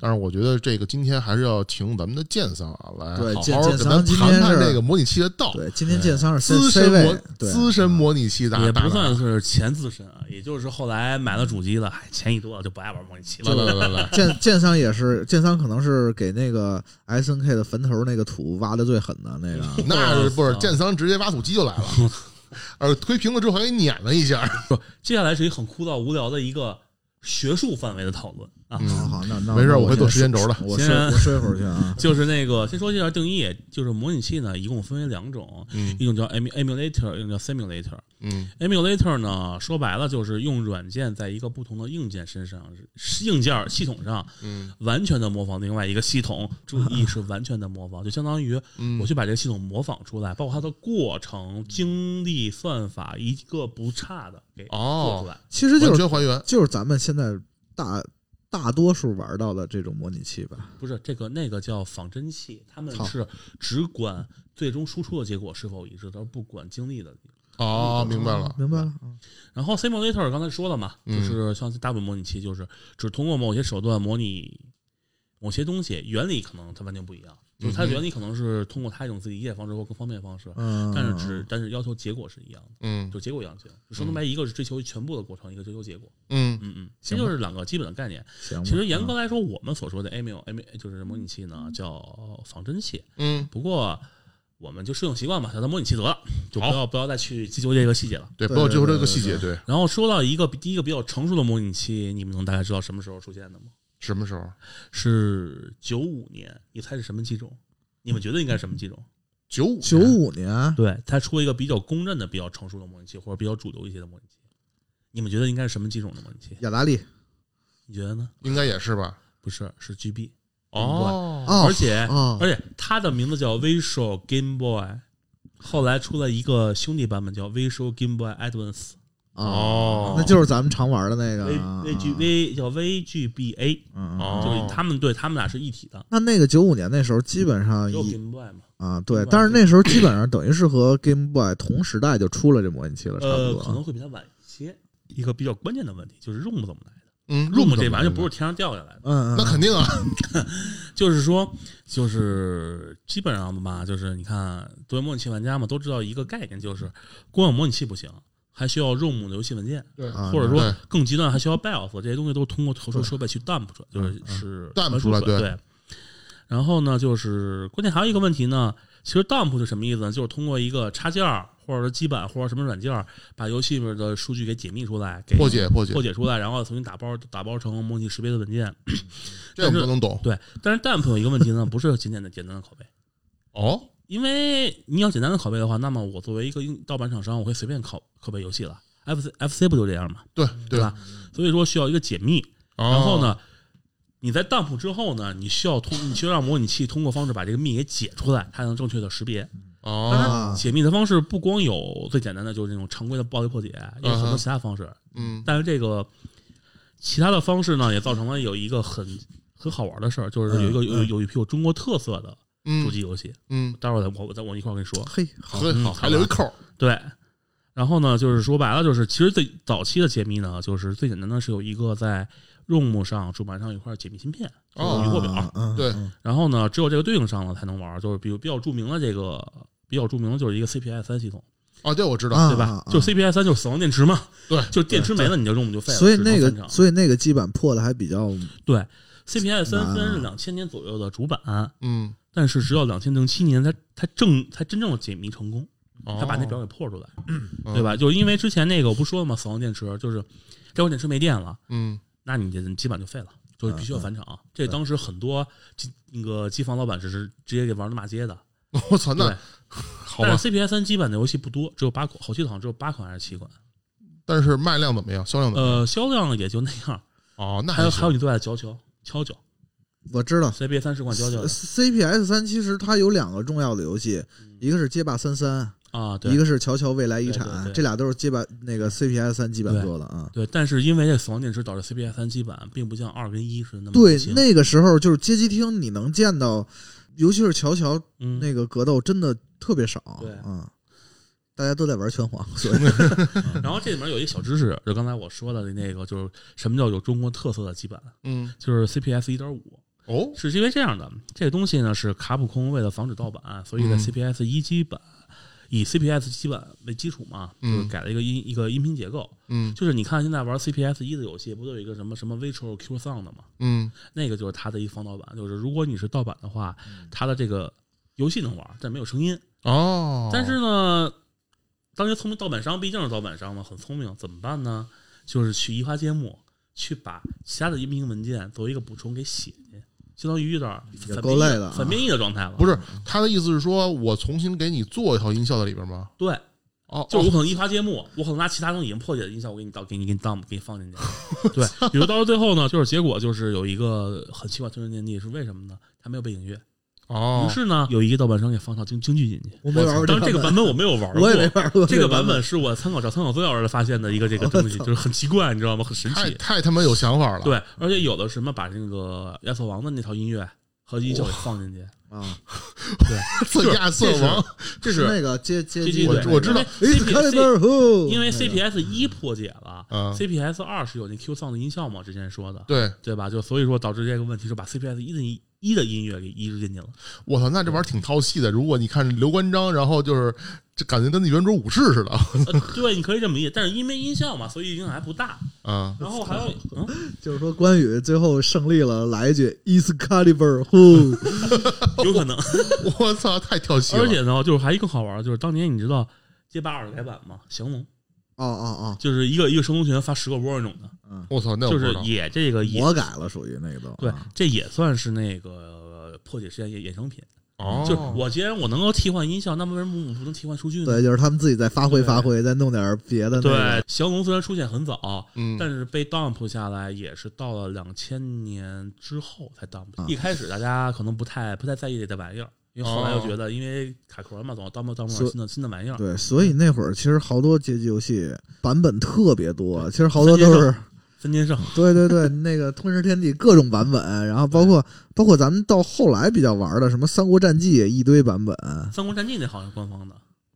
A: 但是我觉得这个今天还是要请咱们的剑桑啊来
F: 对
A: 好
F: 剑
A: 好
F: 剑
A: 跟咱
F: 桑今
A: 谈
F: 天
A: 谈
F: 是
A: 这个模拟器的道。
F: 对，今天剑三是 C
A: 资
F: C
A: 深模
F: 位，对嗯
A: 资深模拟器大
E: 也
A: 大
E: 不算
A: 拿
E: 是前资深啊，也就是后来买了主机了，哎，钱一多了就不爱玩模拟器
A: 来来
E: 了。
A: 来来，
F: 建建桑也是，建桑可能是给那个 S N K 的坟头那个土挖的最狠的那个。
A: 那是不是
E: 啊
A: 剑桑直接挖土机就 来了，呃，推平了之后还给碾了一下。
E: 接下来是一个很枯燥无聊的一个学术范围的讨论啊，
F: 好嗯好，那那
A: 没事
F: 那
A: 我会
F: 先
A: 做时间轴嗯的
F: 我
E: 先
F: 睡我睡会儿去啊。
E: 就是那个先说一下定义，就是模拟器呢，一共分为两种，
A: 嗯
E: 一种叫 emu- emulator，一种叫 simulator。
A: 嗯
E: Emulator 呢，说白了就是用软件在一个不同的硬件身上、是硬件系统上
A: 嗯
E: 完全的模仿另外一个系统。注意是完全的模仿，就相当于
A: 嗯
E: 我去把这个系统模仿出来，包括它的过程、经历、算法，一个不差的给做出
A: 哦，
E: 来。
F: 其实就
A: 完
F: 是
A: 全还原。
F: 就是咱们现在大大多数玩到的这种模拟器吧。
E: 不是这个那个叫仿真器，他们
F: 操
E: 是只管最终输出的结果是否一致，而不管经历的。
A: 哦，明白了，
F: 明白了。嗯
E: 然后 simulator 刚才说了嘛，就是像大部分模拟器，就是只通过某些手段模拟某些东西，原理可能它完全不一样，就是它的原理可能是通过它一种自己理解方式或更方便的方式，
F: 嗯，
E: 但是只但是要求结果是一样的，
A: 嗯
E: 就结果一样就行。说明白，一个是追求全部的过程，一个追求结果。
A: 嗯
E: 嗯嗯，这就是两个基本的概念。
F: 行吧。
E: 其实严格来说，我们所说的 AML AML 就是模拟器呢，叫仿真器。
A: 嗯，
E: 不过我们就适应习惯吧，叫它模拟器得了，就不要不要再去追究这个细节了。
A: 对，
F: 对
A: 不要追求这
F: 对
A: 个
F: 对
A: 细节，对，
E: 然后说到一个第一个比较成熟的模拟器，你们能大概知道什么时候出现的吗？
A: 什么时候？
E: 是九五年，你猜是什么机种？你们觉得应该是什么机种？
A: 九五
F: 九五年
E: 对，它出了一个比较公认的、比较成熟的模拟器，或者比较主流一些的模拟器。你们觉得应该是什么机种的模拟器？
F: 雅达利
E: 你觉得呢？
A: 应该也是吧？
E: 不是，是 GB。
A: 哦，
F: 哦，
E: 而且、
F: 哦
E: 而且它的名字叫 Visual Game Boy，后来出了一个兄弟版本叫 Visual Game Boy Advance，
F: 哦，那就是咱们常玩的那
E: V
F: 个嗯
E: V G V 叫 V G B A，
F: 嗯嗯嗯
A: 哦
E: 就是他们对他们俩是一体的，
F: 那那个九五年那时候基本上
E: 只有
F: 一
E: Game Boy 嘛。
F: 啊，对，
E: Game
F: 但是那时候基本上等于是和 Game Boy 同时代就出了这模拟器了，差
E: 呃，
F: 不
E: 可能
F: 多。
E: 会比它晚一些。一个比较关键的问题就是 ROM 怎么来的
A: 嗯
E: ？ROM
A: 怎
E: 这
A: 么
E: 玩意儿
A: 弄
E: 不
A: 的
E: 是天上掉下来的，
F: 嗯，嗯
A: 那肯定啊，
E: 就是说，就是基本上吧，就是你看作为模拟器玩家嘛，都知道一个概念，就是光有模拟器不行，还需要 ROM 的游戏文件，
A: 对
F: 啊
E: 或者说
A: 对
E: 更极端还需要 BIOS 这些东西都是通过特殊设备去 dump 出来，就是
F: 嗯嗯
E: 是
A: dump 出来
E: 对
A: 对
E: 然后呢，就是关键还有一个问题呢，其实 dump 是什么意思呢？就是通过一个插件儿或者是基板或者什么软件儿，把游戏里面的数据给解密出来，给
A: 破解破解
E: 破，解出来，然后重新打包打包成模拟识别的文件。
A: 这我们都能懂
E: 对，但是 dump 有一个问题呢，不是简单的简单的拷贝。
A: 哦。
E: 因为你要简单的拷贝的话，那么我作为一个硬盗版厂商，我会随便拷拷贝游戏了。F C F C 不就这样吗？
A: 对
E: 对吧？所以说需要一个解密，
A: 然
E: 然后？呢，你在 dump 之后呢，你需要通，你需要让模拟器通过方式把这个密给解出来，它才能正确的识别。当
F: 啊
A: 哦，
E: 然，解密的方式不光有最简单的，就是那种常规的暴力破解，也有很
A: 嗯
E: 多
A: 哼
E: 其他方式。
A: 嗯
E: 但是这个其他的方式呢，也造成了有一个很很好玩的事儿，就是有一个有有一批有中国特色的主
A: 嗯
E: 机游戏，
A: 嗯，
E: 待会儿我我再我一块儿跟你说。
F: 嘿，好，
A: 所以
E: 好
A: 还留一扣儿，
E: 对，然后呢，就是说白了，就是其实最早期的解密呢，就是最简单的是有一个在 ROM 上主板上有一块解密芯片，
A: 哦
E: 雨过表，
F: 嗯，
A: 对
F: 嗯
E: 然后呢，只有这个对应上了才能玩，就是比如比较著名的这个。比较著名的就是一个 CPI 三系统，
A: 哦，这我知道，
F: 啊
E: 对吧
F: 啊？啊
E: 就 CPI 三就是死亡电池嘛，
A: 对
E: 就是电池没了你就 ROM 就废了，
F: 所以
E: 只能
F: 那
E: 翻
F: 个
E: 厂
F: 所以那个基板破的还比较，
E: 对 CPI 三虽然是
F: 难
E: 两千年左右的主板，
A: 嗯，
E: 但是直到两千零七年才才正才真正解密成功，
A: 他
F: 哦
E: 才把那
A: 哦
E: 表给破出来，
F: 嗯
E: 对吧？就是因为之前那个我不说了吗？死亡电池就是这款电池没电了，
A: 嗯？
E: 那你这基板就废了，就是必
F: 嗯
E: 须要返厂。这当时很多机那个机房老板只是直接给玩的骂街的，
A: 嗯， 我操，那
E: 对。
A: 好
E: 但
A: 吧，
E: 是 CPI 三基板的游戏不多，只有八款，好记得好像只有八款还是七款，
A: 但是卖量怎么样？销量怎么样？
E: 呃，销量也就那样。
A: 哦，那
E: 呃还有
A: 行
E: 还有你最爱的乔乔乔乔
F: 我知道。
E: ，CPI 三是款乔乔
F: CPS 三其实它有两个重要的游戏，一个是《街霸三三》，
E: 啊，嗯对
F: 一，个是《乔乔未来遗产
E: 对对对》，
F: 这俩都是街霸那个 CPS 三基板做的啊。
E: 对，但是因为这死亡电池导致 CPI 三基板并不像二跟一是那么
F: 对
E: 流，行
F: 那个时候就是街机厅，你能见到，尤其是乔乔
E: 嗯
F: 那个格斗真的特别少，
E: 对嗯
F: 嗯，大家都在玩拳皇，所以
E: 然后这里面有一个小知识，就刚才我说的那个，就是什么叫有中国特色的基板，
A: 嗯
E: 就是 CPS 一点五，
A: 哦
E: 是因为这样的，这个东西呢是卡普空为了防止盗版，所以在
A: 嗯
E: CPS 一基板。以 CPS 基板为基础嘛，就
A: 嗯
E: 是改了一个音一个音频结构，
A: 嗯
E: 就是你看现在玩 CPS 一的游戏，不都有一个什么什么 Virtual Q Sound 嘛？
A: 嗯
E: 那个就是它的一个防盗版，就是如果你是盗版的话，
F: 嗯
E: 它的这个游戏能玩，但没有声音。
A: 哦，
E: 但是呢，当年聪明盗版商毕竟是盗版商嘛，很聪明，怎么办呢？就是去移花接木，去把其他的音频文件作为一个补充给写进去，相当于有点儿
F: 也
E: 反
F: 够
E: 编译
F: 累
E: 的
F: 了啊
E: 反编译的状态了。
A: 不，是他的意思是说我重新给你做一套音效在里边吗？
E: 对，
A: 哦，
E: 就是我
A: 哦
E: 可能移花接木，我可能拿其他东西已经破解的音效，我给你倒，给你给你当，给你放进去。对，比如到了最后呢，就是结果就是有一个很奇怪的推陈见地，是为什么呢？它没有背景乐，于
A: 哦，
E: 是呢，有一个盗版商给放套京京剧进去。
F: 我没玩过
E: 当然这个
F: 版
E: 版本我没有玩过，
F: 我也没玩过
E: 这个
F: 版
E: 版本是我参考找参考资料而发现的一个这个东西，就是很奇怪，你知道吗？很神
A: 太
E: 奇。
A: 太他妈有想法了，
E: 对，而且有的什么把那个亚瑟王的那套音乐和音效给放进去，
F: 啊，
A: 自家色王，
E: 这
F: 是
E: 是
F: 那个接接
E: 这
F: 机
E: 这
F: 的
E: 对
A: 我我知道
E: 因为
F: It's
E: CP
F: Caliber Who，
E: 因为
F: 那个
E: CPS 一破解了
A: 嗯
E: ，CPS 二是有那 Q sound 的音效嘛，之前说的，
A: 对，
E: 对吧？就所以说导致这个问题，就把 CPS 一的音一的音乐给移植进 去了。
A: 我操，那这玩意儿挺掏戏的。如果你看刘关张，然后就是这感觉跟那圆桌武士似的
E: 呃，对，你可以这么理解，但是因为音效嘛，所以影响还不大。
A: 啊。
E: 然后还 有，嗯，
F: 就是说关羽最后胜利了，来一句 It's Caliber Who，
E: 有可能。
A: 我操，太跳戏了！
E: 而且呢，就是还一更好玩儿，就是当年你知道街霸二改版吗？降龙
F: 哦哦
E: 就是一个一个升龙拳发十个窝那种的，
A: 我操，那我
E: 就
A: 不知
E: 是
A: 道
E: 也这个
F: 哦，
E: 也
F: 魔改了属于那个都
E: 对
F: 啊，
E: 这也算是那个呃破解实验衍衍生品。
A: 哦，
E: 就是我既然我能够替换音效，那么为什么我不能替换数据呢
F: 对，？就是他们自己再发挥
E: 对
F: 发挥，再弄点别的那个
E: 对，降龙虽然出现很早，
A: 嗯
E: 但是被 dump 下来也是到了两千年之后才 dump
F: 啊
E: 下来。一开始大家可能不太不太在意这玩意儿，因为后来又觉得因为卡壳嘛，总要 dump dump 不
F: 所
E: 了新的新的玩意儿。
F: 对，所以那会儿其实好多街机游戏版本特别多，其实好多都
E: 三
F: 是
E: 阶三金圣，
F: 对对对，那个《吞噬天地》各种版本，然后包括包括咱们到后来比较玩的什么《三国战记》一堆版本，
E: 三国战记那好像是官方的，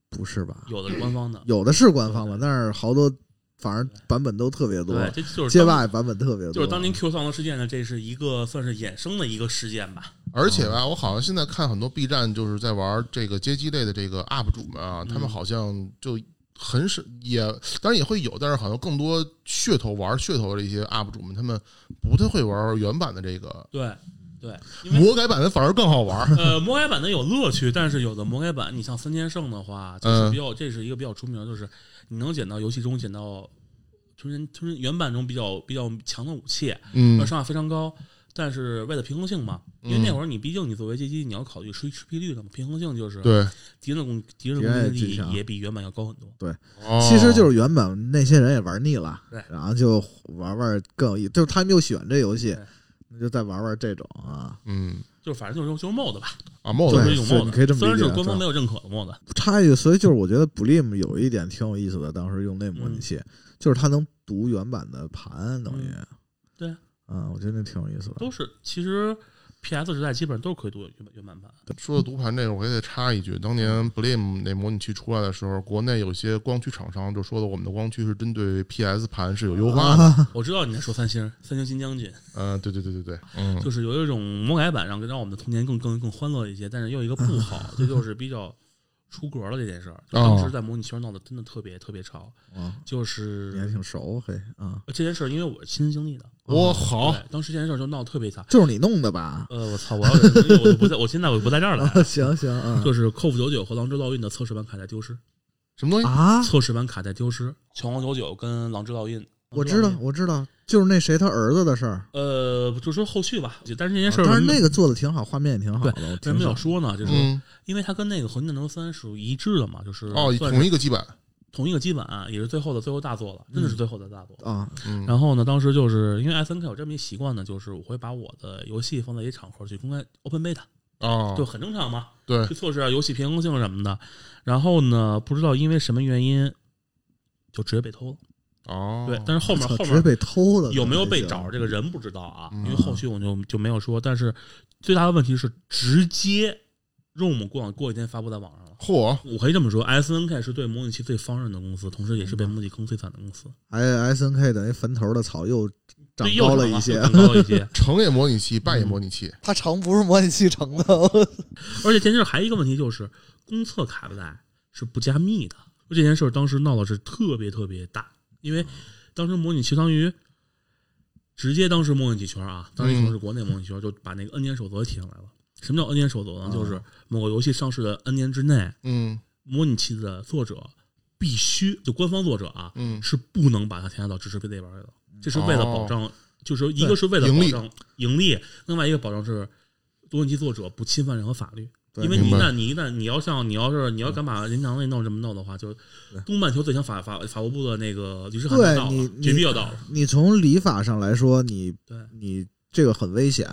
F: 不是吧？
E: 有的是官方的，
F: 有的是官方的，
E: 对
F: 但是好多反正版本都特别多
E: 对，，这就是
F: 街
E: 当
F: 霸版本特别多，
E: 就是当年 Q 丧的事件呢，这是一个算是衍生的一个事件吧。
A: 而且吧，我好像现在看很多 B 站就是在玩这个街机类的这个 UP 主们啊，
E: 嗯
A: 他们好像就很少也，当然也会有，但是好像更多噱头玩噱头的一些 UP 主们，他们不太会玩原版的这个
E: 对对，因为
A: 魔改版的，反而更好 玩。
E: 呃魔改版的有乐趣，但是有的魔改版，你像三剑圣的话，
F: 嗯
E: 就是比较、这是一个比较出名的，就是你能捡到游戏中捡到吞人吞人原版中比较比较强的武器，
A: 嗯
E: 呃，伤害非常高。但是为了平衡性嘛，因为
A: 嗯
E: 那会儿你毕竟你作为街机，你要考虑吃吃皮率的嘛，平衡性就是
A: 对，
E: 敌人的攻敌人
F: 敌
E: 的
F: 人也
E: 攻击
F: 极强
E: 力也比原版要高很多。哦
F: 其实就是原版那些人也玩腻了
E: 对，
F: 然后就玩玩更有意，就是他们又喜欢这游戏
E: 对，
F: 那就再玩玩这种啊。
A: 嗯
E: 就是反正就是就是 mod 吧，
A: 啊，帽
E: 就
A: 子
E: 是
F: 对
E: 一种
F: 是
E: mod，
F: 你可以这么
E: 虽然
F: 理解啊
E: 是官
F: 是吧
E: 方没有认可的 mod，
F: 插一句，所以就是我觉得 Blim 有一点挺有意思的，当时用那模拟器，就是它能读原版的盘，等于、
E: 嗯对啊
F: 啊，我觉得那挺有意思的。
E: 都是其实 PS 时代基本上都是可以读原版原版盘，
A: 说到读盘这个，我还得插一句，当年
E: 嗯
A: Blim 那模拟器出来的时候，国内有些光驱厂商就说了，我们的光驱是针对 PS 盘是有优化的。
F: 啊，
E: 我知道你在说三星，三星新将军，
A: 嗯，对对对对对，嗯，
E: 就是有一种魔改版让让我们的童年更更更欢乐一些，但是又有一个不好， 这就是比较出格了这件事儿。
F: 哦
E: 就当时在模拟圈闹得真的特别特别吵，
F: 啊
E: 就
F: 你还
E: 是呃
F: 挺熟，嘿啊，
E: 这件事儿，因为我是亲身经历的，
A: 我
F: 哦
A: 好
E: 对，当时这件事儿就闹得特别惨。
F: 就是你弄的吧？
E: 呃，我操，我要是我就不在，我现在我就不在这儿了。
F: 行行啊
E: 就是扣 o 九九和狼之烙印的测试版卡带丢失，
A: 什么东西？
F: 啊，
E: 测试版卡带丢失，拳皇九九跟狼之烙印，
F: 我知道
E: 狼之烙印
F: 我知道，就是那谁他儿子的事儿，
E: 呃，就说后续吧，就但是这件事儿，
F: 但哦是那个做的挺好，画面也挺好的，我
E: 为什
F: 挺
E: 么要
F: 想
E: 说呢？就是、
A: 嗯，
E: 因为它跟那个《合金战争三》属于一致的嘛，就是
A: 哦，
E: 嗯算
A: 同
E: 是
A: 一个基本。
E: 同一个基本啊，也是最后的最后大作了，真的是最后的大作。
F: 啊，
A: 嗯，
E: 然后呢，当时就是因为 S N K 有这么一习惯呢，就是我会把我的游戏放在一场合去公开 Open Beta，
A: 哦，
E: 就很正常嘛，
A: 对
E: 去测试啊游戏平衡性什么的。然后呢，不知道因为什么原因，就直接被偷了。
A: 哦，
E: 对，但是后面
F: 操
E: 后
F: 直接
E: 面
F: 被偷了，
E: 有没有被
F: 可能
E: 找
F: 就
E: 着这个人不知道啊，
A: 嗯
E: 因为后续我就就没有说。但是最大的问题是直接 ROM 过过几天发布在网上了。
A: 嚯，
E: 我可以这么说，S N K 是对模拟器最放任的公司，同时也是被模拟坑最惨的公司，
F: ？I 哎 S N K 等于坟头的草又长
E: 对又
F: 高
E: 是
F: 了
E: 嘛
F: 一 些
E: 又，长高了 一些。
A: 成也模拟器，败
E: 嗯
A: 也模拟器。
C: 它成不是模拟器成的，
E: 而且这件事还有一个问题就是，公测卡带是不加密的。这件事儿当时闹的是特别特别大，因为当时模拟器相当于直接当时模拟器圈啊，当
F: 嗯
E: 时可能是国内模拟器圈就把那个 N 年守则提上来了。什么叫 N 年守则
F: 嗯
E: 呢？就是某个游戏上市的 N 年之内，
A: 嗯
E: 模拟器的作者必须就官方作者啊，
A: 嗯
E: 是不能把它添加到支持配对玩里的，这是为了保障，就是一个
F: 对
E: 是为了
A: 盈
E: 保
A: 利
E: 障盈利，另外一个保障是模拟器作者不侵犯任何法律。
F: 对
E: 因为你一
A: 明白
E: 旦你一旦你要像你要是你要敢把任天堂那弄这么弄的话，就东半球最强法法法务部的那个律师函就
F: 对
E: 到
F: 你
E: 了，
F: 你
E: 绝壁要到了。
F: 你从礼法上来说，你
E: 对
F: 你这个很危险。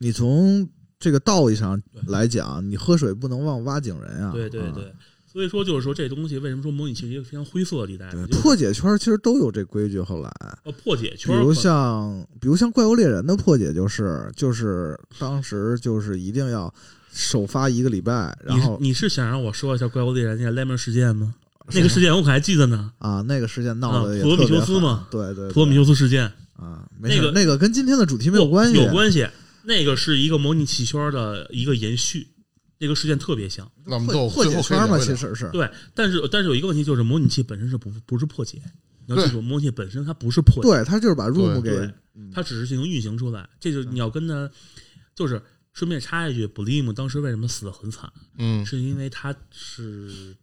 F: 你从这个道义上来讲，你喝水不能忘挖井人啊。
E: 对对
F: 啊
E: 对，所以说就是说这东西为什么说模拟器是一个非常灰色的地带
F: 对，
E: 呢？就是
F: 破解圈其实都有这规矩，后来。
E: 呃破解圈
F: 比
E: 儿可，
F: 如像，比如像《怪物猎人》的破解就是，就是当时就是一定要首发一个礼拜，然
E: 你是
F: 后
E: 你是想让我说一下怪物猎人那 lemon 事件吗？那个事件我可还记得呢，
F: 啊，那个事件闹
E: 啊
F: 得也
E: 普罗米
F: 特别
E: 修斯
F: 狠
E: 嘛
F: 对对，对
E: 普罗米修斯事件
F: 啊，没事
E: 那个
F: 那个跟今天的主题没有关系，
E: 有关系。那个是一个模拟器圈儿的一个延续，那个事件特别像。
A: 那我们
F: 破
A: 就嗯最
F: 破解
A: 后可以
F: 圈嘛，
A: 聊一
F: 其
A: 聊
F: 实是
E: 对，但是但是有一个问题就是模拟器本身是不不是破解，你要
A: 对
E: 记住，模拟器本身它不是破解，
F: 对，他就是把 room
A: 对
F: 给
E: 对，它只是进行运行出来。这就是你要跟它，就是顺便插一句，Blim 当时为什么死的很惨，
A: 嗯
E: 是因为他是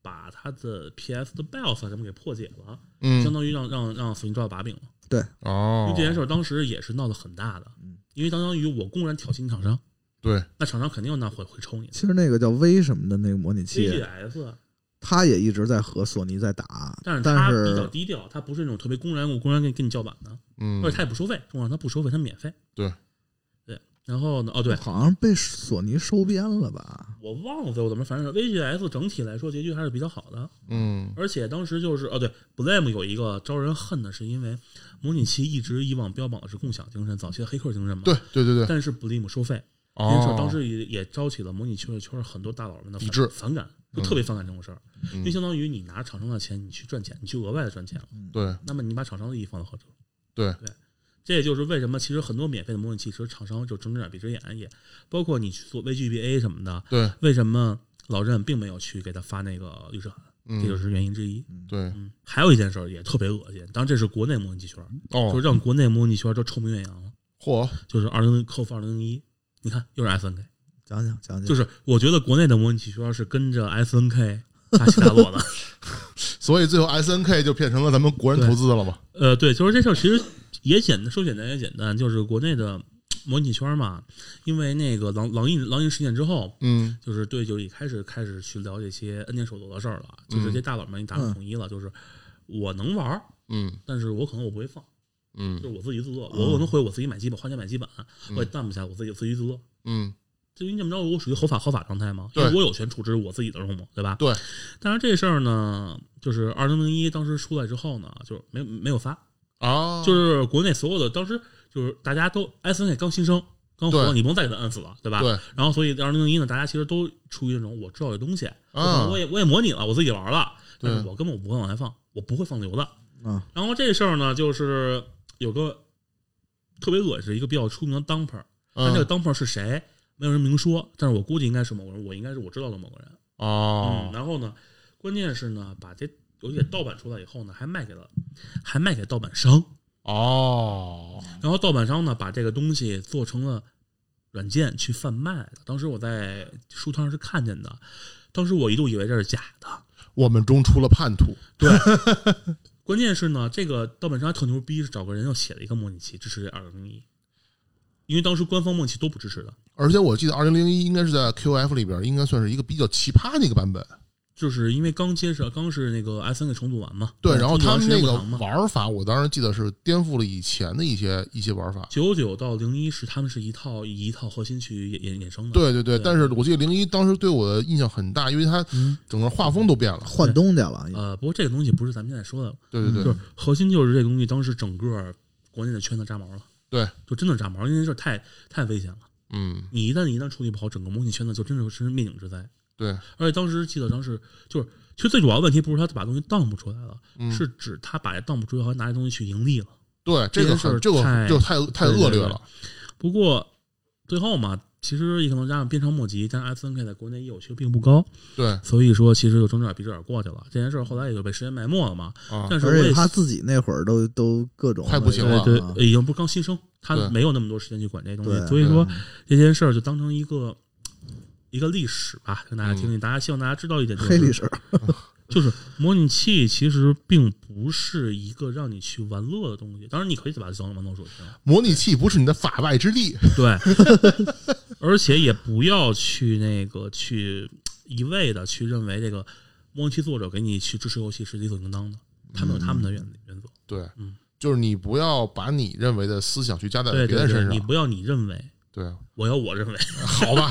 E: 把他的 PS 的 BIOS 什么给破解了，相
A: 嗯
E: 当于让让让索尼抓到把柄了。因
A: 哦
E: 为这，件事儿当时也是闹得很大的
F: 嗯，
E: 因为相当于我公然挑衅厂商，
A: 对，
E: 那厂商肯定要拿回回抽你的。
F: 其实那个叫 V 什么的那个模拟器，
E: VGS，
F: 他也一直在和索尼在打，
E: 但是
F: 但
E: 他比较低调，他不是那种特别公然我公然跟跟你叫板的，
A: 嗯
E: 而且他也不收费，重要是他不收费，他免费。
A: 对
E: 对，然后呢？哦，对，
F: 好像被索尼收编了吧？
E: 我忘了我怎么，反正 VGS 整体来说结局还是比较好的。
A: 嗯
E: 而且当时就是哦，对，Blame 有一个招人恨的是因为模拟器一直以往标榜的是共享精神，早期的黑客精神嘛。
A: 对。对对对，
E: 但是 Blame 收费这件事儿，
A: 哦
E: 当时也也招起了模拟器圈很多大佬们的
A: 抵
E: 反
A: 制
E: 反感，就
A: 嗯
E: 特别反感这种事儿，因为
A: 嗯
E: 相当于你拿厂商的钱，你去赚钱，你去额外的赚钱了，
A: 对
E: 那么你把厂商的利益放到何处？
A: 对
E: 对，这也就是为什么其实很多免费的模拟器，其实厂商就睁只眼闭只眼，也包括你去做 VGBA 什么的，
A: 对，
E: 为什么老任并没有去给他发那个律师函，这就
A: 嗯
E: 是原因之一。
A: 对
E: 嗯，还有一件事儿也特别恶心，当然这是国内模拟器圈儿，就
A: 哦
E: 是，让国内模拟器圈儿都臭名远扬了。
A: 嚯，
E: 就是二零 c o f 二零零一，你看又是 SNK，
F: 讲讲讲讲，
E: 就是我觉得国内的模拟器圈儿是跟着 SNK 大起大落的。
A: 所以最后 S N K 就变成了咱们国人投资的了嘛？
E: 呃，对，就是这事儿其实也简单，说简单也简单，就是国内的模拟器圈儿嘛，因为那个狼狼印狼印事件之后，
A: 嗯
E: 就是对，就是一开始开始去聊这些 N 年手游的事儿了，就是这大佬们已经达成统一了，就是我能玩儿，
A: 嗯
E: 但是我可能我不会放。就
A: 嗯
E: 是我自己制作，我我能回我自己买基本，花钱买基本，我也办不下，我自己自己制作。
A: 嗯，
E: 至于这么着，我属于合法合法状态吗？因
A: 对
E: 为我有权处置我自己的任务，对吧？
A: 对。
E: 但是这事儿呢，就是二零零一当时出来之后呢，就是没没有发，
A: 啊，
E: 就是国内所有的当时就是大家都 S N K 刚新生，刚火，
A: 对
E: 你不能再给他摁死了，对吧？
A: 对，
E: 然后所以二零零一呢，大家其实都处于那种我知道这东西，我可
A: 啊
E: 能我也我也模拟了，我自己玩了，但是
A: 对
E: 我根本不会往外放，我不会放流的。
F: 啊，
E: 然后这事儿呢，就是有个特别恶心，一个比较出名的 dumper，但这个
A: 嗯
E: dumper 是谁，没有人明说，但是我估计应该是某个人，我应该是我知道的某个人。嗯，
A: 哦，
E: 然后呢，关键是呢，把这游戏给盗版出来以后呢，还卖给了，还卖给盗版商，
A: 哦，
E: 然后盗版商呢，把这个东西做成了软件去贩卖的。当时我在书摊上是看见的，当时我一度以为这是假的。
A: 我们中出了叛徒，
E: 关键是呢，这个盗版商还特牛逼，是找个人又写了一个模拟器支持二零零一，因为当时官方模拟器都不支持的，
A: 而且我记得二零零一应该是在 Q F 里边，应该算是一个比较奇葩的一个版本。
E: 就是因为刚接手，刚是那个 S N 给重组完嘛，
A: 对，然后他们那个
E: 嘛，
A: 玩法，我当时记得是颠覆了以前的一些一些玩法。
E: 九九到零一是他们是一套以一套核心去衍衍衍生的，
A: 对对对，
E: 对
A: 但是我记得零一当时对我的印象很大，因为它
E: 嗯
A: 整个画风都变了。
F: 换东家了，
E: 呃，不过这个东西不是咱们现在说的，
A: 对对
E: 就
A: 对
E: 是核心就是这东西当时整个国内的圈子炸毛了，
A: 对，
E: 就真的炸毛，因为这太太危险了，
A: 嗯，
E: 你一旦一旦处理不好，整个模拟圈子就真的是灭顶之灾。
A: 对，
E: 而且当时记得当时就是，其实最主要的问题不是他把东西荡不出来了，
A: 嗯
E: 是指他把荡不出来和拿这东西去盈利了。
A: 对，这
E: 这
A: 个
E: 件事儿
A: 很这个
E: 太
A: 就太太
E: 对对
A: 恶劣
E: 对
A: 了。
E: 不过最后嘛，其实也可能加上鞭长莫及，但是 S N K 在国内业务其实并不高，
A: 对
E: 所以说其实就睁只眼闭只眼过去了。这件事儿后来也就被时间埋没了嘛。
A: 啊，
E: 但是我
F: 而且
E: 也
F: 他自己那会儿都都各种
A: 快不行了
E: 对
F: 啊
E: 对，已经不是刚新生，他
A: 对
E: 没有那么多时间去管这东西，
F: 对
E: 所以说
A: 对
E: 这件事儿就当成一个。一个历史吧，跟大家听听，大家希望大家知道一点、就是，
F: 黑历史，
E: 就是模拟器其实并不是一个让你去玩乐的东西，当然你可以把它当玩乐手机啊，
A: 模拟器不是你的法外之地。
E: 对，而且也不要去那个去一味的去认为这个模拟器作者给你去支持游戏是理所应当的，他们有他们的原原则，
A: 对
E: 嗯，
A: 就是你不要把你认为的思想去加在
E: 对
A: 呃别
E: 对
A: 人身
E: 对，你
A: 上。
E: 不要你认为，
A: 对，
E: 我要我认为，
A: 好吧，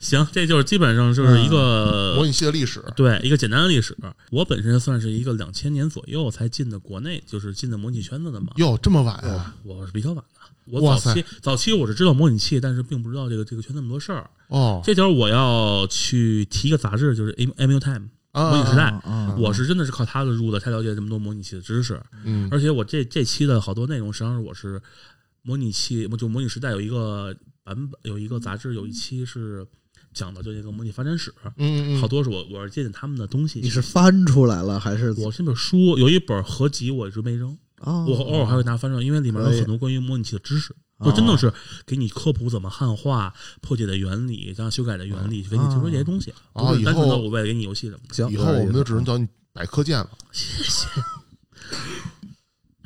E: 行，这就是基本上
A: 嗯
E: 就是一个、
A: 模拟器的历史，
E: 对一个简单的历史。我本身算是一个两千年左右才进的国内，就是进的模拟器圈子的嘛。
A: 哟，这么晚啊？
E: 我是比较晚的，我
A: 哇
E: 早期早期我是知道模拟器，但是并不知道这个这个圈那么多事儿。
A: 哦，
E: 这就是我要去提一个杂志，就是《M M U Time》
A: 啊
E: 模拟时，代。
F: 啊，
E: 我是真的是靠它的入的，才了解这么多模拟器的知识。
A: 嗯
E: 而且我这这期的好多内容，实际上是我是模拟器，就模拟时代有一个版本，有一个杂志有一期是讲的就这个模拟发展史，
A: 嗯嗯，
E: 好多是我我是借鉴他们的东西。
F: 你是翻出来了还是
E: 我这本书有一本合集，我一直没扔，
A: 哦
F: 啊？
E: 我偶尔还会拿翻出来，因为里面有
F: 可以
E: 很多关于模拟器的知识。
F: 啊
A: 哦
E: 就真的是给你科普怎么汉化、破解的原理、这样修改的原理，就给你就说这些东西，
A: 啊
E: 不是单纯的
A: 哦以后
E: 我为了给你游戏什么的。
F: 行，
A: 以后我们就只能叫你百科见了。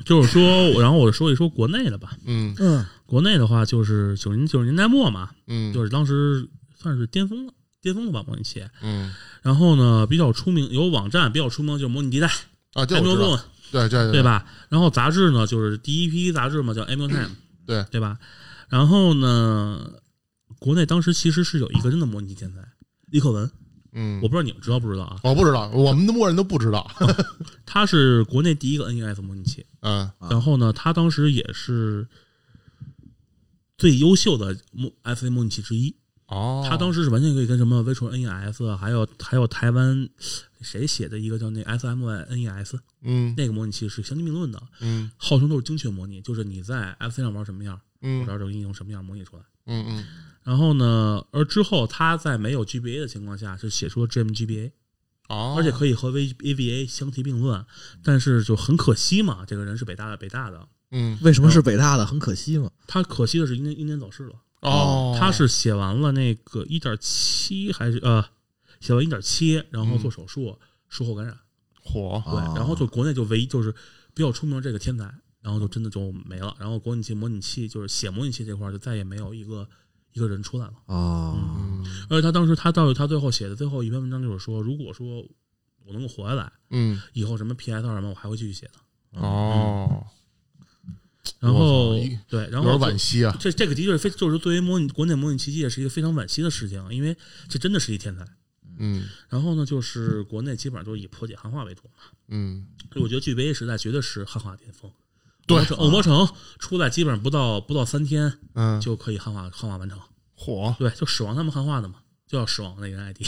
E: 就是说，我然后我说一说国内的吧。
A: 嗯
F: 嗯
E: 国内的话，就是九十九十年代末嘛，
A: 嗯，
E: 就是当时算是巅峰了，巅峰了吧模拟器。
A: 嗯
E: 然后呢，比较出名有网站比较出名就是模拟地带、
A: 啊，这
E: M
A: 我
E: U
A: 知道，
E: Zone，
A: 对对
E: 对？吧？然后杂志呢，就是第一批杂志嘛，叫 M U Time，
A: 嗯对
E: 对吧？然后呢，国内当时其实是有一个真的模拟天才李克文，
A: 嗯
E: 我，不知道你们知道不知道啊？
A: 我不知道，我们的默认都不知道。
E: 他是国内第一个 NES 模拟器，
A: 嗯
F: 啊
E: 然后呢，他当时也是最优秀的模 FC 模拟器之一。
A: 哦
E: 他当时是完全可以跟什么 Virtual NES，还啊有还有台湾谁写的一个叫那 SMNES
A: 嗯
E: 那个模拟器是相提并论的，
A: 嗯
E: 号称都是精确模拟，就是你在 FC 上玩什么样，我
A: 嗯
E: 这儿就给你用什么样模拟出来。
A: 嗯嗯
E: 然后呢，而之后他在没有 GBA 的情况下是写出了 Dream GBA，
A: 哦，
E: 而且可以和 V AVA 相提并论，但是就很可惜嘛，这个人是北大的，北大的。
A: 嗯
F: 为什么是北大的？很可惜嘛。
E: 他可惜的是英年英年早逝了，
A: 哦，
E: 他是写完了那个一点七还是呃，写完一点七，然后
A: 嗯
E: 做手术，术后感染，
A: 火
E: 对，
F: 啊
E: 然后就国内就唯一就是比较出名的这个天才，然后就真的就没了。然后模拟器模拟器就是写模拟器这块儿就再也没有一个一个人出来了。
F: 啊
A: 嗯
E: 而且他当时他到他最后写的最后一篇文章就是说，如果说我能够活下来，
A: 嗯
E: 以后什么 PS 二什么我还会继续写的。
A: 哦，
E: 然后
A: 我操一
E: 对，嗯然
A: 有
E: 后
A: 点
E: 就
A: 惋惜啊。
E: 这这个的确是非就是对于模拟国内模拟奇迹也是一个非常惋惜的事情，因为这真的是一天才。
A: 嗯
E: 然后呢，就是国内基本上都是以破解汉化为主嘛，
A: 嗯
E: 所以我觉得 GBA 时代绝对是汉化巅峰。
A: 对
E: 恶魔城恶魔城出来基本上不到不到三天
A: 嗯，
E: 就可以汉化汉化完成，
A: 火，
E: 对，就史王他们汉化的嘛，就叫史王那个 ID，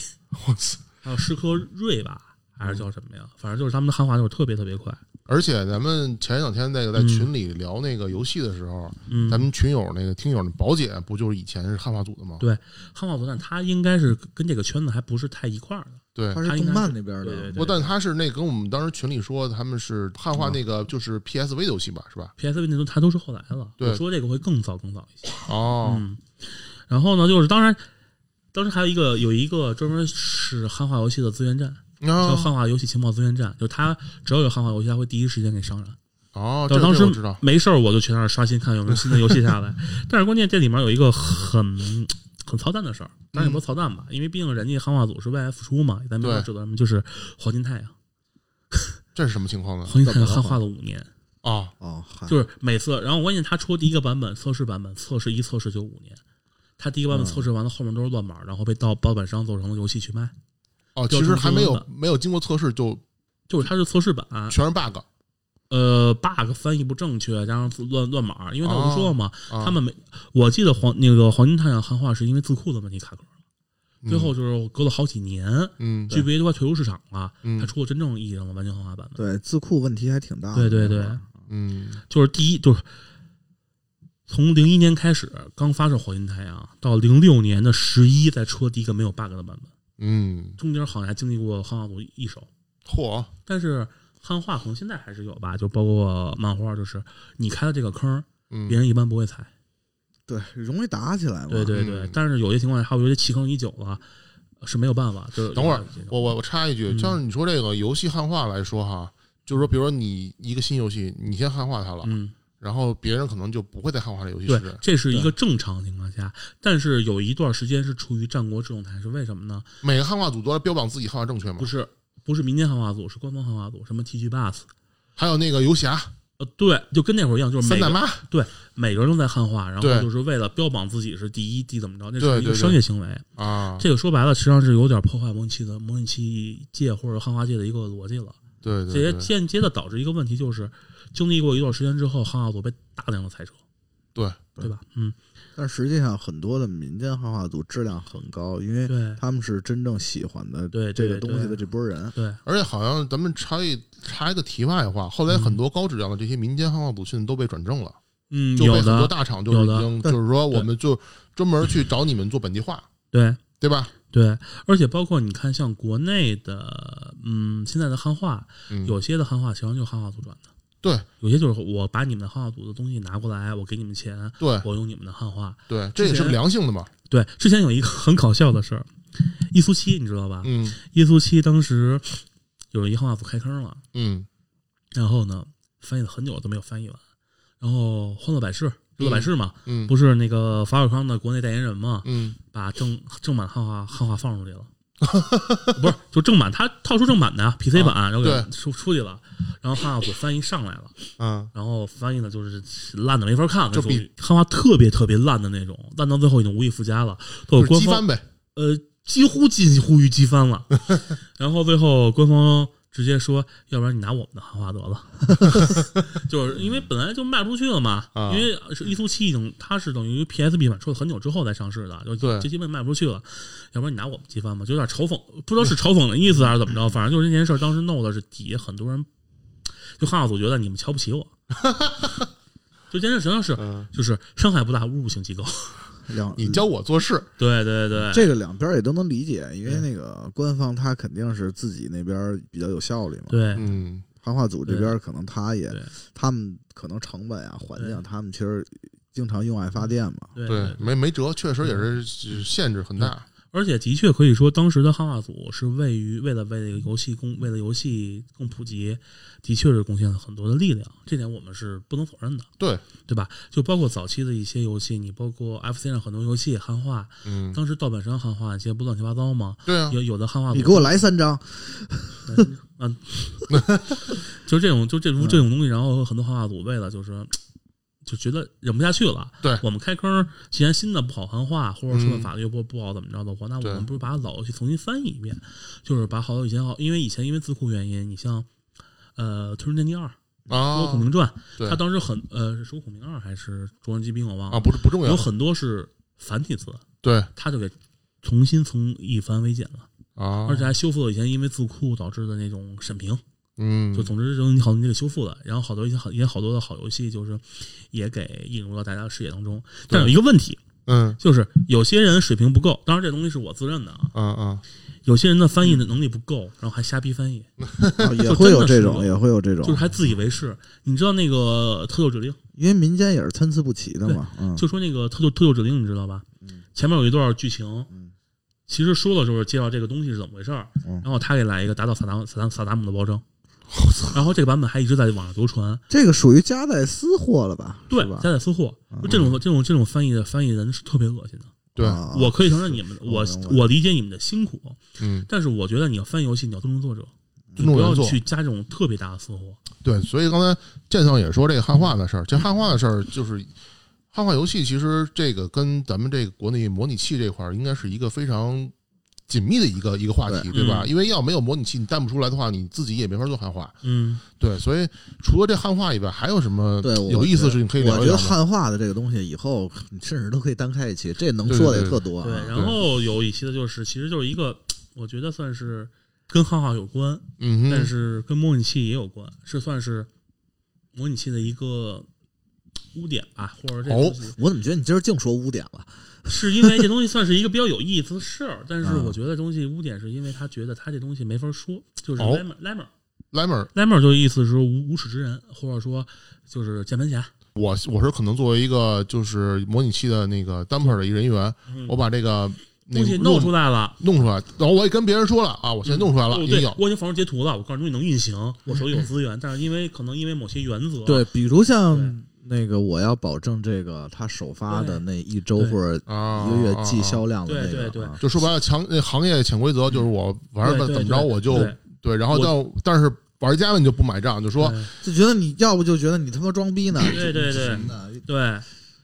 A: 我操！
E: 还有诗科瑞吧，还是
A: 嗯
E: 叫什么呀？反正就是他们的汉化就是特别特别快。
A: 而且咱们前两天那个在群里聊那个游戏的时候，
E: 嗯，
A: 咱们群友那个听友宝姐不就是以前是汉化组的吗？
E: 对汉化不算，他应该是跟这个圈子还不是太一块儿的。
A: 对
F: 他是动漫那边的，
E: 对对对
A: 不，但他是那跟我们当时群里说他们是汉化那个就是 PSV 游戏吧，是吧？
E: PSV 那都他都是后来了，
A: 对
E: 我说这个会更早更早一些。
A: 哦，
E: 嗯，然后呢，就是当然，当时还有一个有一个专门是汉化游戏的资源站，嗯叫
A: 啊
E: 汉化游戏情报资源站，就是他只要有汉化游戏，他会第一时间给上上。
A: 哦，这
E: 到当
A: 这
E: 时
A: 我知道，
E: 没事儿，我就去那儿刷新，看有没有新的游戏 下来。但是关键这里面有一个很很操蛋的事儿，但也不是操蛋吧，因为毕竟人家汉化组是为爱付出嘛，咱没法
A: 嗯对
E: 指责他们。就是黄金太阳，
A: 这是什么情况呢？
E: 黄金太阳
F: 怎么了
E: 汉化了五年，
A: 啊，
F: 哦，嗨
E: 就是每次，然后关键他出第一个版本测试版本，测试一测试就五年。他第一个版
A: 嗯
E: 本测试完了，后面都是乱码，然后被盗盗版商做成了游戏去卖。
A: 哦，其
E: 调
A: 实
E: 成
A: 还没
E: 中
A: 有
E: 文
A: 没有经过测试就
E: 就是它是测试版，
A: 全是 bug，
E: 呃，bug 翻译不正确，加上乱乱码，因为他我
A: 哦
E: 就说了嘛，
A: 啊
E: 他们没，我记得黄那个黄金太阳汉化是因为字库的问题卡壳，最后就是隔了好几年
A: 嗯嗯
E: ，GBA 都快退出市场了，
A: 嗯
E: 才出了真正意义上的完全汉化版本。
F: 对字库问题还挺大的。
E: 对对对，
A: 嗯
E: 就是第一就是从零一年开始刚发售黄金太阳，啊到零六年的十一再出了第一个没有 bug 的版本，
A: 嗯，
E: 中间好像还经历过汉化组一手，
A: 嚯，
E: 但是汉化可能现在还是有吧，就包括漫画，就是你开的这个坑儿，别
A: 嗯
E: 人一般不会踩。
F: 对，容易打起来嘛。
E: 对对对
A: 嗯，
E: 但是有些情况下，还有一些弃坑已久了，呃是没有办法。就是
A: 等会儿
E: 有这种
A: 我我我插一句，
E: 嗯
A: 像你说这个游戏汉化来说哈，就是说，比如说你一个新游戏，你先汉化它了，
E: 嗯，
A: 然后别人可能就不会再汉化这游戏
E: 对
A: 是，
E: 这是一个正常情况下，但是有一段时间是处于战国之状态，是为什么呢？
A: 每个汉化组都来标榜自己汉化正确嘛
E: 不。是不是民间汉化组，是官方汉化组，什么 TG Bus，
A: 还有那个游侠，
E: 呃，对，就跟那会儿一样，就是每
A: 三大
E: 个
A: 妈，
E: 每个人都在汉化，然后
A: 对
E: 就是为了标榜自己是第一，第怎么着，那
A: 对
E: 是
A: 对
E: 一个
A: 对
E: 商业行为。
A: 啊，
E: 这个说白了，实际上是有点破坏模拟器的模拟器界或者汉化界的一个逻辑了。
A: 对
E: 这
A: 对
E: 也
A: 对
E: 间接的导致一个问题，就是经历过一段时间之后，汉化组被大量的裁撤，
A: 对
E: 对吧？嗯，
F: 但实际上很多的民间汉化组质量很高，因为
E: 对
F: 他们是真正喜欢的
E: 对
F: 这
E: 对
F: 个
E: 对
F: 东西的这波人。
E: 对，
A: 而且好像咱们插一插一个题外话，后来很多高质量的这些民间汉化组现在都被转正了，
E: 嗯，
A: 就
E: 有
A: 被很多
E: 的，
A: 大厂就是已
E: 有的
A: 经
F: 但
A: 就是说我们就专门去找你们做本地化，
E: 对
A: 对吧？
E: 对，而且包括你看，像国内的，嗯，现在的汉化，
A: 嗯，
E: 有些的汉化实际上就是汉化组转的，
A: 对
E: 有些就是我把你们的汉化组的东西拿过来，我给你们钱，
A: 对
E: 我用你们的汉化。
A: 对，这也是
E: 之前
A: 良性的嘛，
E: 对，之前有一个很搞笑的事儿，易苏七你知道吧？
A: 嗯
E: 易苏七当时有一汉化组开坑了，
A: 嗯
E: 然后呢，翻译了很久都没有翻译完。然后《欢乐百事》，娱乐百事嘛，
A: 嗯
E: 不是那个法尔康的国内代言人嘛，
A: 嗯
E: 把正正版汉化汉化放出去了，不是就正版，他套出正版的呀 PC 版，然后
A: 啊对
E: 给出出去了，然后汉化组翻译上来了，
A: 嗯，
E: 然后翻译呢就是烂的没法看，
A: 就
E: 就
A: 比
E: 属于汉化特别特别烂的那种，烂到最后已经无以复加了，都有
A: 就是
E: 官
A: 机
E: 方
A: 翻呗，
E: 呃几乎近乎于机翻 了，然后最后官方直接说，要不然你拿我们的汉化得了， 就是因为本来就卖不出去了嘛，
A: 啊
E: 因为是一苏七已经它是等于 PSB 版出了很久之后才上市的，就
A: 对
E: 就基本卖不出去了，要不然你拿我们机翻吧，就有点嘲讽，不知道是嘲讽的意思还是怎么 着，反正就是这件事儿当时闹的是底下很多人，就汉化组觉得你们瞧不 起我。就这件事实际上是，就是伤害不大，侮辱性极高。
F: 两
A: 你教我做事，
E: 对对对，
F: 这个两边也都能理解，因为那个官方他肯定是自己那边比较有效率嘛。
E: 对
A: 嗯
F: 汉化组这边可能他也
E: 对，
F: 他们可能成本啊、环境啊，
E: 对
F: 他们其实经常用爱发电嘛。
E: 对嗯
A: 对，没没辙，确实也是是限制很大，
E: 而且的确可以说，当时的汉化组是位于为了为这个游戏公为了游戏更普及，的确是贡献了很多的力量，这点我们是不能否认的，
A: 对
E: 对吧？就包括早期的一些游戏，你包括 FC 上很多游戏汉化，
A: 嗯，
E: 当时盗版商汉化一些不乱七八糟嘛，
A: 对啊，
E: 有有的汉化组
F: 你给我来三 张，
E: 嗯，就是这种，就这种这种东西，然后很多汉化组为了就是就觉得忍不下去了。
A: 对
E: 我们开坑，既然新的不好汉化，或者说
A: 嗯
E: 法律不不好怎么着的话，那我
A: 对
E: 们不如把老游戏重新翻译一遍，就是把好多以前好，因为以前因为字库原因，你像呃《吞人剑记二》《
A: 啊
E: 捉孔明传》，
A: 对
E: 它当时很呃是《捉孔明二》还是《捉人机兵》我忘了，
A: 啊，不是不重要
E: 有，很多是繁体字，
A: 对
E: 它就给重新从一繁为简了，
A: 啊，
E: 而且还修复了以前因为字库导致的那种审评。
A: 嗯
E: 就总之就是你好你这个修复了，然后好多一些好也好多的好游戏就是也给引入到大家的视野当中。但有一个问题，
A: 嗯
E: 就是有些人水平不够，当然这东西是我自认的啊，
A: 嗯嗯，
E: 有些人的翻译的能力不够，然后还瞎逼翻译，
F: 啊也
E: 就
F: 会有这
E: 真的是
F: 种，
E: 有
F: 也会有这种
E: 就是，还自以为是。你知道那个特救指令，
F: 因为民间也是参差不齐的嘛。嗯，
E: 就说那个特救特救指令，你知道吧？前面有一段剧情
F: 嗯，
E: 其实说了就是介绍这个东西是怎么回事儿，
F: 嗯
E: 然后他给来一个打倒萨达萨达萨达姆的包装，然后这个版本还一直在网上流传，
F: 这个属于夹带私货了吧？
E: 对
F: 是，吧？嗯
E: 夹带私货，就这种这种这种翻译的翻译人是特别恶心的。
A: 对，
F: 啊
E: 我可以承认你们，
F: 是
E: 我
F: 我明白
E: 我理解你们的辛苦，
A: 嗯，
E: 但是我觉得你要翻游戏，你要尊重作者，
A: 尊
F: 嗯
E: 你
A: 重
E: 不
A: 原
E: 要
A: 作
E: 去加这种特别大的私货。
A: 对，所以刚才建ဆောင်也说这个汉化的事儿，其实汉化的事儿就是汉化游戏，其实这个跟咱们这个国内模拟器这块儿应该是一个非常紧密的一个一个话题，对
E: 对
A: 吧？
E: 嗯
A: 因为要没有模拟器，你弹不出来的话，你自己也没法做汉化。
E: 嗯，
A: 对，所以除了这汉化以外，还有什么
F: 对我
A: 有意思的事情可以聊
F: 我
A: 一
F: 觉
A: 聊
F: 得
A: 吗？
F: 汉化的这个东西，以后甚至都可以单开一期，这能
A: 对对
F: 说的也
A: 对
F: 特多啊。
E: 对。然后有一期的就是，其实就是一个，我觉得算是跟汉化有关，
A: 嗯哼，
E: 但是跟模拟器也有关，是算是模拟器的一个污点吧，或者这
A: 哦
E: 东西
F: 我怎么觉得你今儿净说污点了？
E: 是因为这东西算是一个比较有意思的事儿，但是
F: 嗯
E: 我觉得东西污点是因为他觉得他这东西没法说，就是
A: 哦
E: Lemon Lemon。
A: 莱门儿，
E: Lemmer 就意思是无无耻之人，或者说就是键盘侠。
A: 我我是可能作为一个就是模拟器的那个 dumper 的一人员，我把这个那
E: 嗯东
A: 个
E: 西弄出
A: 来。
E: 来了，
A: 弄出来，然后我也跟别人说了啊，我现在弄出来了，
E: 哦
A: 你
E: 对
A: 有，
E: 我已经防止截图了。我告诉你，东西能 运行，我手里有资源，但是因为可能因为某些原则，
F: 对，比如像
E: 对
F: 那个，我要保证这个他首发的
E: 对
F: 那一周
E: 对
F: 或者
A: 啊，
F: 一个月
A: 啊
F: 季
A: 啊
F: 销量的那
E: 对
F: 个啊，
E: 对对
A: 就说白了，强那行业潜规则就是我玩儿吧
E: 对对
A: 怎么着我就
E: 对
A: 对，然后
E: 我
A: 但但是玩家们就不买账，就说
F: 就觉得你要不就觉得你他妈装逼呢，
E: 对对对
F: 什么的
E: 对，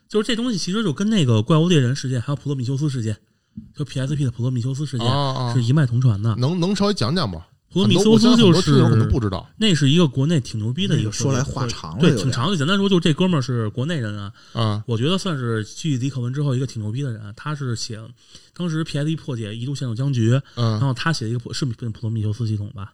E: 就是这东西其实就跟那个怪物猎人事件，还有普罗米修斯事件，就 PSP 的普罗米修斯事件、
A: 啊，啊
E: 是一脉同传的。
A: 能能稍微讲讲吗？
E: 普罗
A: 很
E: 米
A: 多
E: 修
A: 我相
E: 斯
A: 信很多
E: 就
A: 听友可能
E: 是
A: 不知道
E: 那是一个国内挺牛逼的一
F: 那
E: 个
F: 个说来
E: 作者
F: 话长了
E: 对，
F: 有
E: 挺
F: 点
E: 长的。简单说，就这哥们儿是国内人啊，
A: 啊，
E: 我觉得算是继李可文之后一个挺牛逼的人。啊他是写当时 PSP 破解一度陷入僵
F: 啊
E: 局，然
A: 嗯
E: 后他写了一个普是普罗米修斯系统吧，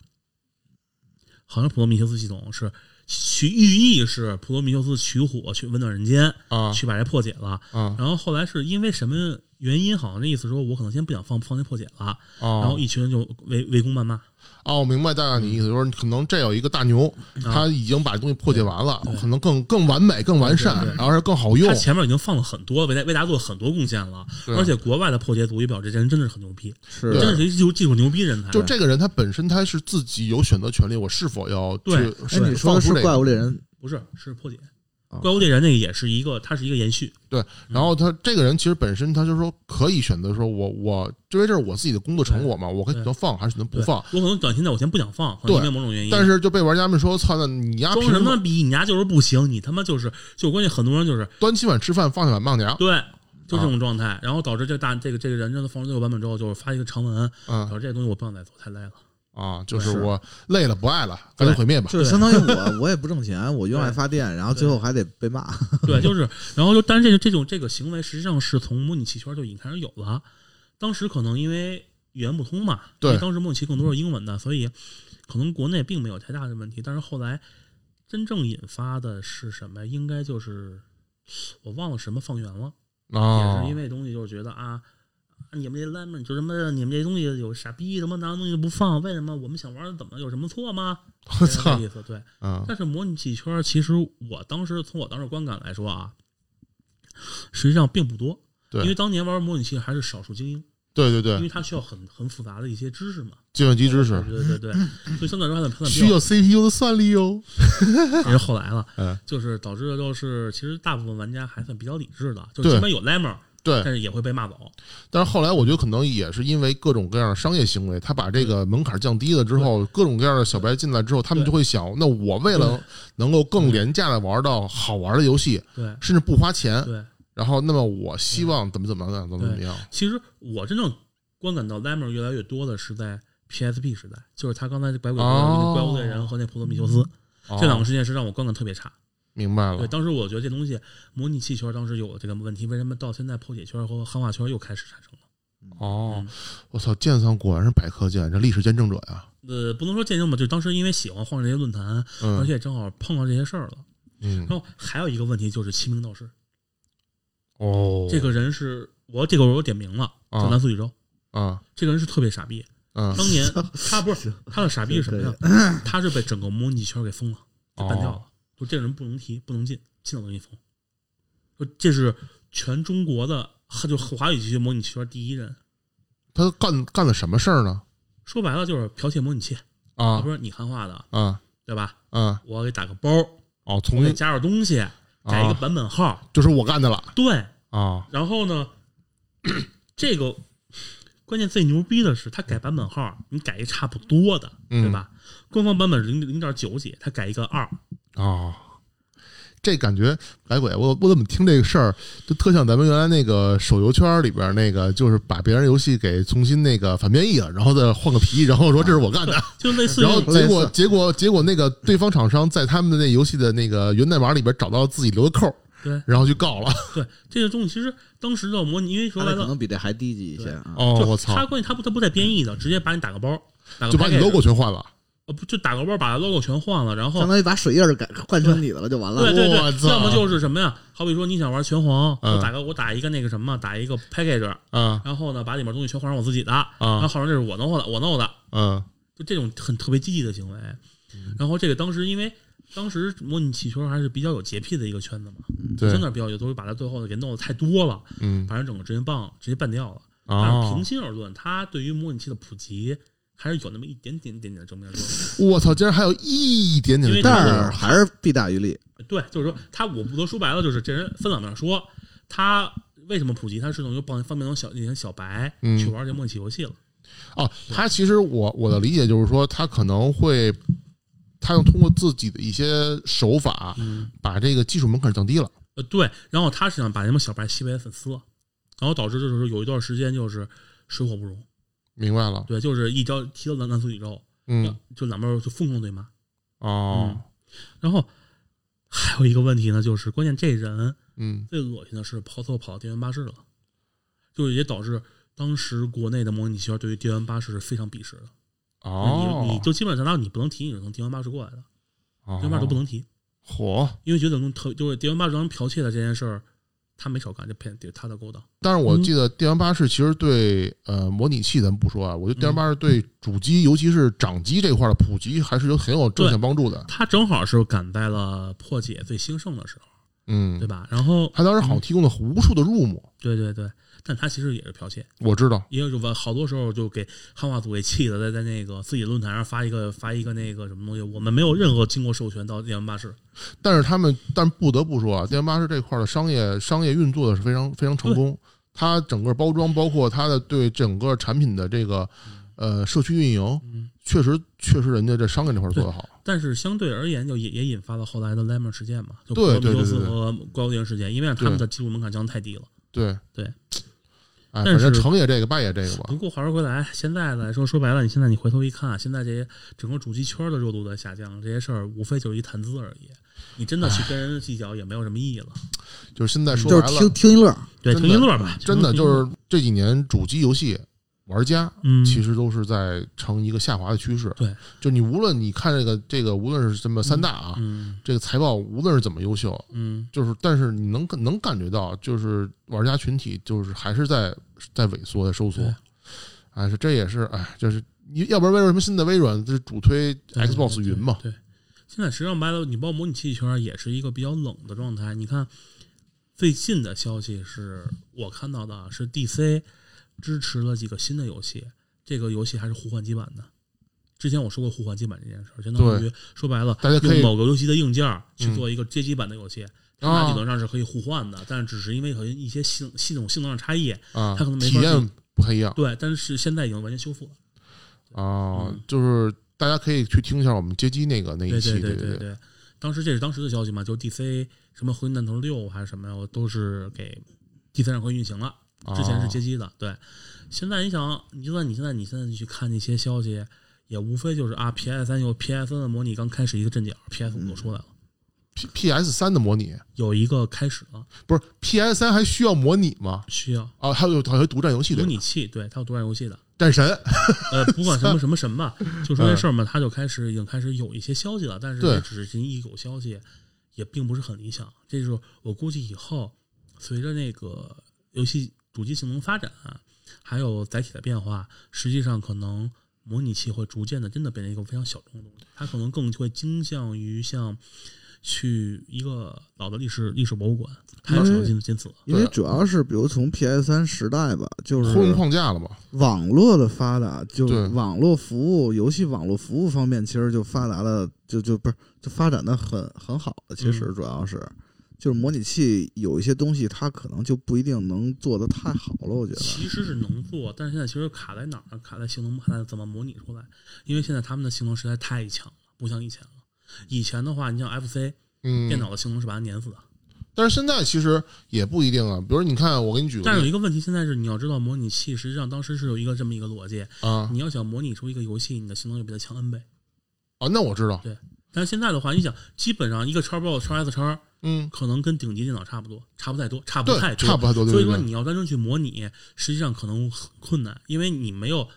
E: 好像普罗米修斯系统是取寓意是普罗米修斯取火去温暖人间，
A: 啊
E: 去把这破解了。
A: 啊
E: 然后后来是因为什么原因，好像那意思说我可能先不想放放那破解
F: 啊
E: 了，然后嗯
A: 哦
E: 一群人就围围攻谩骂。
A: 哦，我明白大概你意思，就是可能这有一个大牛，
E: 嗯
A: 他已经把东西破解完了，可能更更完美、更完善
E: 对对，对
A: 然后是更好用
E: 他。前面已经放了很多为大为大家做了很多贡献了，
A: 对
E: 而且国外的破解组也表示这人真的是很牛逼，
F: 是
E: 真的是一技术技术牛逼人才。
A: 就这个人，他本身他是自己有选择权利，我是否要去
E: 对
F: 哎，
A: 是
F: 你说
A: 放出
F: 的是
A: 这个
F: 怪物猎人，
E: 不是是破解
A: 啊
F: 哦。
E: 怪物猎人那个也是一个，它是一个延续，
A: 对，然后他这个人其实本身他就说可以选择说我我因为这是我自己的工作成果嘛，我可以选择放还是选择不
E: 对
A: 放，
E: 我可能短期内我先不想放，可
A: 对
E: 能因为某种原因。
A: 但是就被玩家们说操那你丫
E: 装
A: 凭
E: 什
A: 什
E: 么
A: 么啊
E: 逼？你丫就是不行，你他妈就是就关键很多人就是
A: 端起碗吃饭放下碗骂娘？
E: 对，就这种状态，然后导致这大这个这个人真的放出这个版本之后，就是发一个长文，
A: 嗯
E: 导致这东西我不想再做，太累了。
A: 啊，就是
F: 是
A: 我累了不爱了，赶紧毁灭吧。
F: 就是相当于我我也不挣钱，我用爱
E: 对
F: 发电，然后最后还得被骂。
E: 对，就是，然后就，但是这个这种这个行为实际上是从模拟器圈就已经开始有了。当时可能因为语言不通嘛，因为
A: 对
E: 当时模拟器更多是英文的，所以可能国内并没有太大的问题。但是后来真正引发的是什么？应该就是我忘了什么放源了，也
A: 啊
E: 是因为东西就是觉得啊。你们这 lemon 就什么，你们这东西有傻逼什么拿东西不放，为什么我们想玩的怎么有什么错吗？
A: 我
E: 是这
A: 操
E: 意思对，
A: 啊
E: 但是模拟器圈儿，其实我当时从我当时观感来说啊，实际上并不多，
A: 对
E: 因为当年玩模拟器还是少数精英，
A: 对对
E: 因
A: 对，
E: 为它需要很很复杂的一些知识嘛，
A: 计算机知识
E: 对对对，所以相对来说还算
A: 需
E: 比
A: 要
E: 较
A: CPU 的算力哦。
E: 也是后来了
A: 嗯，
E: 就是导致的就是其实大部分玩家还算比较理智的，就
A: 对
E: 基本有 lemon，
A: 对
E: 但，是也会被骂走，
A: 但是后来我觉得可能也是因为各种各样的商业行为，他把这个门槛降低了之后，各种各样的小白进来之后，他们就会想，那我为了能够更廉价的玩到好玩的游戏，
E: 对
A: 甚至不花钱，
E: 对。
A: 然后那么我希望怎么怎么样，怎么怎么样，
E: 其实我真正观感到 lemon 越来越多的是在 PSP 时代，就是他刚才白鬼说的那个
A: 哦
E: 怪物猎人和那普罗米修斯
A: 哦
E: 这两个事件是让我观感特别差。
A: 明白
E: 对，
A: 了。
E: 当时我觉得这东西模拟器圈当时有这个问题，为什么到现在破解圈和汉化圈又开始产生了？
A: 哦
E: 嗯，
A: 我操，剑三果然是百科剑，这历史见证者呀。
E: 呃，不能说见证吧，就当时因为喜欢晃这些论坛，而
A: 嗯
E: 且正好碰到这些事儿了。
A: 嗯
E: 然后还有一个问题就是齐名道士，
A: 哦，
E: 这个人是我这个我点名了，
A: 啊
E: 叫南苏宇宙。
A: 啊
E: 这个人是特别傻逼，
A: 啊
E: 当年他不是他的傻逼是什么呀？他是被整个模拟圈给封了，就ban 掉了。就这个人不能提，不能进，进了都给你封。就这是全中国的，就华语区模拟圈第一人，
A: 他干干了什么事儿呢？
E: 说白了就是剽窃模拟器，要
A: 啊
E: 不是你汉化的，
A: 啊
E: 对吧？
A: 啊！
E: 我给打个包，
A: 哦，
E: 嗯我
A: 从
E: 给加点东西，改一个版本号，
A: 就是我干的了
E: 对。
A: 啊
E: 然后呢，这个关键最牛逼的是，他改版本号，你改一差不多的，
A: 嗯
E: 对吧？官方版本是零零点九几，他改一个二，
A: 啊！这感觉白鬼，我我怎么听这个事儿就特像咱们原来那个手游圈里边那个，就是把别人游戏给重新那个反编译了，然后再换个皮，然后说这是我干的，
E: 就类似于
A: 然后结
F: 类
A: 果
F: 似
A: 结果结果那个对方厂商在他们的那游戏的那个源代码里边找到自己留的扣，
E: 对
A: 然后去告了。
E: 对这个东西，其实当时的模拟，因为说
F: 他
E: 白
F: 这可
E: 了，
F: 能比这还低级一些啊。
A: 哦，我操
E: 他，关键他不他不带编译的，直接把你打个包，打个
A: 就把你
E: package，
A: logo 全换了。
E: 呃不就打个包把 logo 全换了，然后
F: 相当于把水印儿改换成你的了，就完了。
E: 对对
A: 我操
E: 对，要么就是什么呀？好比说你想玩拳皇，
A: 嗯
E: 我打个我打一个那个什么，打一个 package，
A: 啊
E: 然后呢把里面东西全换成我自己的，然后
A: 啊
E: 好像这是我弄的，我弄的，
A: 嗯
E: 就这种很特别积极的行为。然后这个当时因为当时模拟汽车还是比较有洁癖的一个圈子嘛，
A: 嗯对
E: 真的比较有，都是把它最后呢给弄的太多了，
A: 嗯
E: 把人整个直接棒直接办掉了。但是
A: 啊
E: 平！心而论，它对于模拟器的普及还是有那么一点点点点的正面作用。
A: 我操，竟然还有一点点的
E: 因为
A: 中国
F: 但
E: 当时
F: 是
A: 人，
F: 还是弊大于利。
E: 对，就是说他，我不得说白了，就是这人分两面说，他为什么普及？他是等于帮方便能小那些小白
A: 嗯
E: 去玩这模拟器游戏了。
A: 哦，他其实我我的理解就是说，他可能会他又通过自己的一些手法，
E: 嗯，
A: 把这个技术门槛降低了。
E: 呃，对，然后他实际上把什么小白吸为粉丝了，然后导致就是有一段时间就是水火不容，
A: 明白了，
E: 对，就是一脚踢到男男足底之后，
A: 嗯，
E: 就两边就疯狂对骂。
A: 哦，
E: 然后还有一个问题呢，就是关键这人
A: 嗯
E: 最恶心的是跑错跑到电源巴士了，就是也导致当时国内的模拟学校对于电源巴士是非常鄙视的。
A: 哦，
E: 你你就基本上到你不能提，你是从电源巴士过来的，电源巴士都不能提，
A: 火，
E: 因为觉得能特就是电源巴士让人剽窃的这件事儿，他没少干，这骗他的勾当。
A: 但是我
E: 嗯
A: 记得电源巴士其实对呃模拟器咱们不说啊，我觉得电源巴
E: 嗯
A: 士对主机，尤其是掌机这块的普及，还是有很有正向帮助的。
E: 他正好是赶在了破解最兴盛的时候，
A: 嗯
E: 对，嗯吧？然后，
A: 它当时好像提供了无数的入目，
E: 对对对，但他其实也是剽窃，
A: 我知道。
E: 因为就好多时候就给汉化组给气的，在在那个自己论坛上发一个发一个那个什么东西，我们没有任何经过授权到电玩巴士，
A: 但是他们，但不得不说
E: 嗯
A: 啊，电源巴士这块的商业商业运作的是非常非常成功。它整个包装，包括它的对整个产品的这个
E: 嗯
A: 呃社区运营，确实确实人家这商业这块做得好。
E: 但是相对而言，就也也引发了后来的 Lemon 事件嘛，就
A: 对
E: 普罗米
A: 对
E: 修
A: 对
E: 斯
A: 对对
E: 和怪物猎人事件，因为让他们的技术门槛降得太低了。
A: 对
E: 对，
A: 哎，
E: 但
A: 反
E: 是嗯
A: 正成也这个，败也这个吧
E: 不。过话说回来，现在来说，说白了，你现在你回头一看，现在这些整个主机圈的热度的下降，这些事儿无非就是一谈资而已。你真的去跟人计较也没有什么意义了。
A: 就是现在说
F: 就是
A: 白了，
F: 听听一乐，
E: 对，
A: 真
E: 听
A: 的
E: 一乐吧，
A: 真的
E: 听一
A: 就
E: 乐，
A: 是这几年主机游戏玩家。
E: 嗯，
A: 其实都是在呈一个下滑的趋势。
E: 对，
A: 就你无论你看这个这个，无论是什么三大啊，
E: 嗯
A: 这个财报无论是怎么优秀，
E: 嗯，
A: 就是但是你能能感觉到，就是玩家群体就是还是在在萎缩，在收缩
E: 对。
A: 哎，是这也是哎，就是你要不然为什么现在微软就是主推
E: 对
A: Xbox 云嘛？
E: 对，对现在实际上白了，你包括模拟器圈也是一个比较冷的状态。你看最近的消息是我看到的啊是 DC 支持了几个新的游戏，这个游戏还是互换机版的。之前我说过互换机版这件事儿，相当于说白了，
A: 大家可以
E: 用某个游戏的硬件儿去
A: 嗯
E: 做一个街机版的游戏，它理
A: 啊
E: 论上是可以互换的，但是只是因为和一些系系统性能上差异，
A: 啊，
E: 它可能没法
A: 体验不太一样
E: 对，但是现在已经完全修复了。
A: 啊
E: 嗯，
A: 就是大家可以去听一下我们街机那个那一
E: 对
A: 期，
E: 对
A: 对
E: 对对
A: 对，
E: 对，当时这是当时的消息嘛，就 DC 什么合金弹头六还是什么呀，我都是给第三上合运行了，
A: 哦啊
E: 之前是街机的，对。现在你想，你就算你现在你现在去看那些消息，也无非就是啊，PS 三有 PS 三的模拟刚开始一个阵脚，PS 五就出来了，
A: P P S 三的模拟，
E: 有一个开始了，
A: 不是 P S 三还需要模拟吗？
E: 需要
A: 啊，还有还有独占游戏
E: 模
A: 对吧
E: 拟器，对，它有独占游戏的，
A: 战神，
E: 呃，不管什么什么什么吧，就说这事儿嘛，它就开始已经开始有一些消息了，但是
A: 对
E: 也只是一有消息，也并不是很理想。这就是我估计以后随着那个游戏主机性能发展，啊还有载体的变化，实际上可能模拟器会逐渐的真的变成一个非常小众的东西，它可能更会倾向于像去一个老的历史历史博物馆，它要使用金金子。
A: 对
G: 因为主要是比如从 PS 三时代吧，就
A: 婚用
G: 是
A: 框架了嘛？
G: 网络的发达，就
A: 对
G: 是网络服务、游戏网络服务方面，其实就发达了，就就不是就发展的很很好了。其
A: 嗯
G: 实主要是。就是模拟器有一些东西，它可能就不一定能做得太好了，我觉得。
E: 其实是能做，但是现在其实卡在哪儿呢？卡在性能，卡在怎么模拟出来。因为现在他们的性能实在太强了，不像以前了。以前的话，你像 FC
A: 嗯，
E: 电脑的性能是把它碾死的。
A: 但是现在其实也不一定啊。比如你看，我给你举个
E: 但是有
A: 例
E: 一个问题，现在是你要知道，模拟器实际上当时是有一个这么一个逻辑，
A: 啊
E: 你要想模拟出一个游戏，你的性能就比它强 N 倍。
A: 啊，那我知道，
E: 但是现在的话，你想，基本上一个叉 b o x 叉 S 叉
A: 嗯，
E: 可能跟顶级电脑差不多，差不太多，差不
A: 对
E: 太，多，
A: 差不太多。对
E: 所以
A: 对
E: 说
A: 对，
E: 你要单纯去模拟，实际上可能很困难，因为你没有，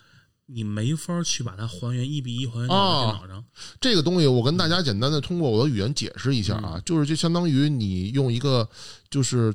E: 你没法去把它还原一比一还原到
A: 哦
E: 你的电脑上。
A: 这个东西我跟大家简单的通过我的语言解释一下啊，就是就相当于你用一个就是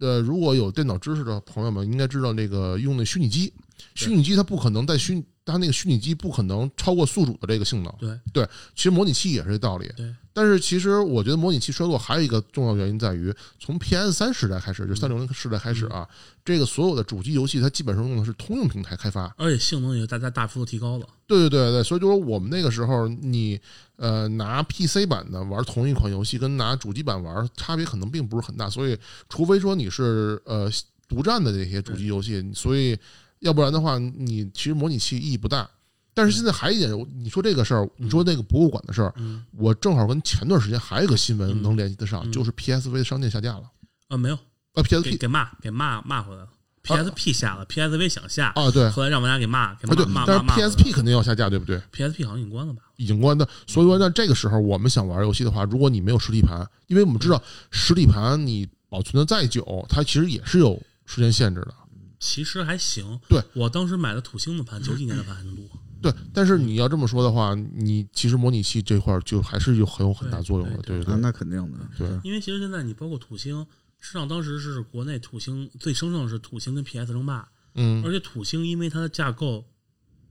A: 呃，如果有电脑知识的朋友们应该知道那个用的虚拟机，虚拟机它不可能在虚它那个虚拟机不可能超过宿主的这个性能。
E: 对
A: 对，其实模拟器也是这道理。
E: 对，
A: 但是其实我觉得模拟器衰落还有一个重要原因在于，从 PS 三时代开始，就三六零时代开始啊，这个所有的主机游戏它基本上用的是通用平台开发。
E: 而且性能也大家大幅度提高了。
A: 对对对对，所以就是我们那个时候，你呃拿 PC 版的玩同一款游戏，跟拿主机版玩差别可能并不是很大，所以除非说你是呃独占的这些主机游戏，所以要不然的话，你其实模拟器意义不大。但是现在还有一点，我你说这个事儿，你说那个博物馆的事儿，
E: 嗯
A: 我正好跟前段时间还有一个新闻
E: 嗯
A: 能联系得上，
E: 嗯
A: 就是 PSV 的商店下架了，
E: 啊，没有
A: 啊
E: 给
A: PSP
E: 给骂给骂骂回来
A: 哦
E: 了，PSP 下了，PSV 想下，
A: 啊，对啊
E: 后来让玩家给骂给骂
A: 对
E: 骂，
A: 但
E: 骂
A: 是
E: 骂回来了
A: PSP 肯定要下架，对不对？
E: PSP 好像已经关了吧？
A: 已经关的，所以说那这个时候我们想玩游戏的话，如果你没有实体盘，因为我们知道实体盘你保存的再久，它其实也是有时间限制的。
E: 其实还行，
A: 对
E: 我当时买的土星的盘，九几年的盘还能录，
A: 对，嗯但是你要这么说的话，你其实模拟器这块儿就还是有很有很大作用的，对
E: 对对
A: 不
G: 啊，
A: 对？
G: 那肯定的。
A: 对
E: 因为其实现在你包括土星，市场当时是国内土星最生盛的是土星跟 PS 争霸，
A: 嗯
E: 而且土星因为它的架构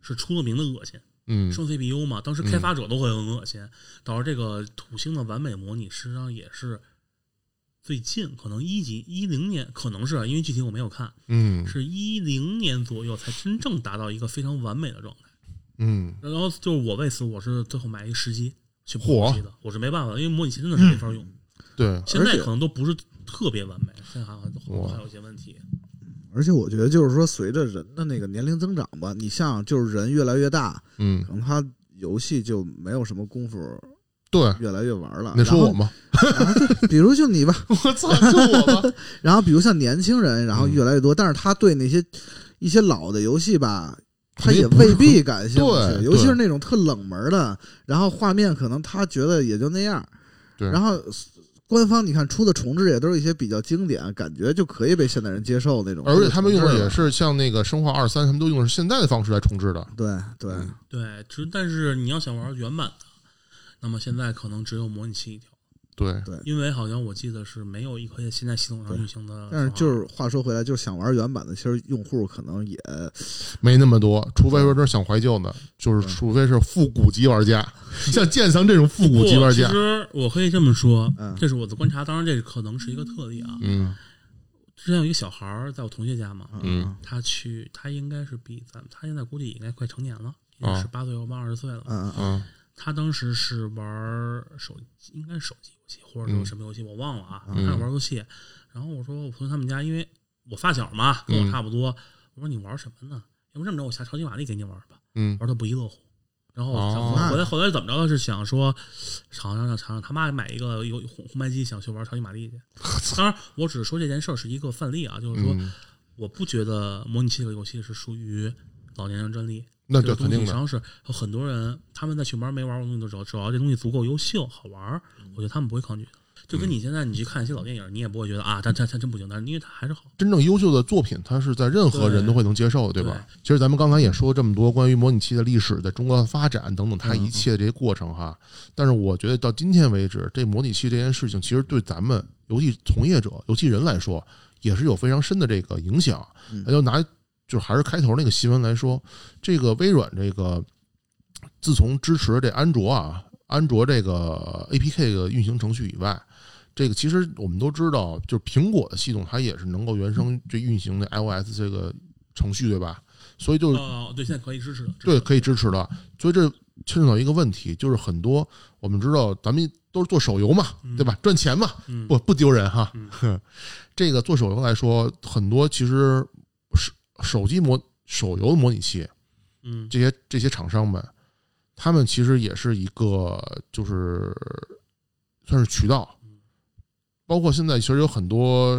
E: 是出了名的恶心，
A: 嗯，
E: 双 CPU 嘛，当时开发者都会很恶心，导致这个土星的完美模拟实际上也是最近可能一几一零年，可能是啊因为具体我没有看，
A: 嗯
E: 是一零年左右才真正达到一个非常完美的状态。
A: 嗯
E: 然后就是我为此我是最后买一时机去补
A: 嚯
E: 机的，我是没办法的，因为模拟器真的是没法用。
A: 对，
E: 现在
G: 而且
E: 可能都不是特别完美，现在还有
A: 哇
E: 还有一些问题。
G: 而且我觉得就是说，随着人的那个年龄增长吧，你像就是人越来越大，
A: 嗯
G: 可能他游戏就没有什么功夫，
A: 对，
G: 越来越玩了。
A: 那说我
G: 然后
A: 吗？
G: 比如就你吧，
A: 我 操，就我吧。
G: 然后比如像年轻人，
A: 嗯
G: 然后越来越多，但是他对那些一些老的游戏吧，他也未必感兴
A: 对
G: 趣，尤其
A: 对
G: 是那种特冷门的，然后画面可能他觉得也就那样。
A: 对
G: 然后官方你看出的重置也都是一些比较经典，感觉就可以被现代人接受那种。
A: 而且他们用的也
G: 是
A: 是像那个《生化二三》，他们都用的是现在的方式来重置的。
G: 对对，
A: 嗯
E: 对，只但是你要想玩原版的，那么现在可能只有模拟器一条，
A: 对，
E: 因为好像我记得是没有一个现在系统上
G: 对
E: 运行的。
G: 但是就是话说回来，就是想玩原版的，其实用户可能也
A: 没那么多，除非说真是想怀旧呢，就是除非是复古级玩家， 像剑桑这种复古级玩
E: 其
A: 家。
E: 实我可以这么说
G: 嗯，
E: 这是我的观察，当然这可能是一个特例啊。
A: 嗯
E: 之前有一个小孩儿在我同学家嘛，
A: 嗯
E: 他去，他应该是比咱们，他现在估计也应该快成年了，应
G: 哦
E: 该
A: 啊
E: 十八岁要奔二十岁了。
G: 嗯嗯
A: 嗯
E: 他当时是玩儿手机，应该是手机游戏或者说什么游戏，我忘了啊。
A: 嗯
E: 他是玩游戏，然后我说我从他们家，因为我发小嘛，跟我
A: 嗯
E: 差不多，我说你玩什么呢？要不这么着，我下超级玛丽给你玩吧，
A: 嗯
E: 玩的不亦乐乎。然后我
A: 哦
E: 我后来后来怎么着是想说，想让想让他妈买一个有红红白机，想去玩超级玛丽去。当然，我只是说这件事儿是一个范例啊，就是说
A: 嗯，
E: 我不觉得模拟器这个游戏是属于老年人专利，
A: 那对
E: 这个东
A: 肯
E: 西
A: 定
E: 实际
A: 的。
E: 上是有很多人他们在去玩没玩过东西的时候，只要这东西足够优秀好玩儿，
A: 嗯
E: 我觉得他们不会抗拒的。就跟你现在你去看一些老电影，你也不会觉得啊，它它它真不行，但是因为它还是好。
A: 真正优秀的作品，它是在任何人都会能接受的，对吧？其实咱们刚才也说了这么多关于模拟器的历史，在中国的发展等等，它一切的这些过程哈。但是我觉得到今天为止，这模拟器这件事情，其实对咱们游戏从业者、游戏人来说，也是有非常深的这个影响。那就拿就还是开头那个新闻来说，这个微软这个自从支持这安卓啊，安卓这个 APK 的运行程序以外，这个其实我们都知道，就是苹果的系统它也是能够原生这运行的 iOS 这个程序，对吧？所以就是
E: 哦，对，现在可以支持的。支
A: 嗯
E: 持
A: 对
E: 的
A: 可以支持的。所以这牵扯到一个问题，就是很多我们知道咱们都是做手游嘛，对吧？赚钱嘛，
E: 嗯，
A: 不不丢人哈。 这个做手游来说，很多其实手手机模手游的模拟器，
E: 嗯，
A: 这些这些厂商们，他们其实也是一个就是算是渠道，包括现在其实有很多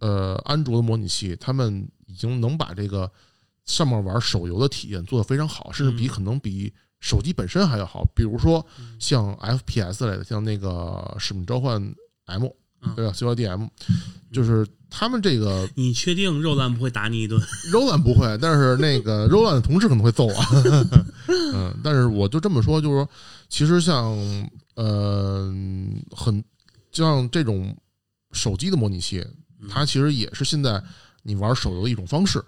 A: 呃安卓的模拟器，他们已经能把这个上面玩手游的体验做得非常好，甚至比
E: 嗯
A: 可能比手机本身还要好。比如说像 FPS 类的，像那个《使命召唤 M》
E: 嗯
A: 对吧？CODM，就是他们这个
E: 你确定肉蛋不会打你一顿？
A: 柔软不会，但是那个 柔软的同事可能会揍我。 嗯，但是我就这么说，就是说，其实像呃很像这种手机的模拟器，它其实也是现在你玩手游的一种方式。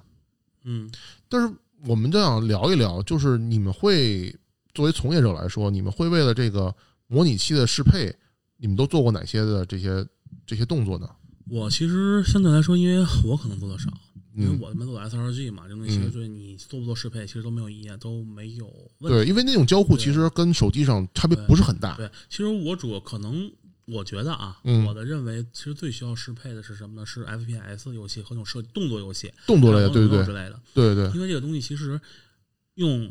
E: 嗯，
A: 但是我们就想聊一聊，就是你们会作为从业者来说，你们会为了这个模拟器的适配，你们都做过哪些的这些这些动作呢？
E: 我其实相对来说，因为我可能做的少，因为
A: 嗯，
E: 我没做 SRG 嘛，这东西其实
A: 嗯
E: 对你做不做适配，其实都没有意见，啊都没有问题。
A: 对，因为那种交互其实跟手机上差别不是很大。
E: 对，其实我主可能我觉得啊，
A: 啊嗯
E: 我的认为其实最需要适配的是什么呢？是 FPS 游戏和那种设动作游戏，
A: 动作类的，
E: 像王
A: 对
E: 者荣
A: 对
E: 耀
A: 对
E: 之类的。
A: 对对，
E: 因为这个东西其实用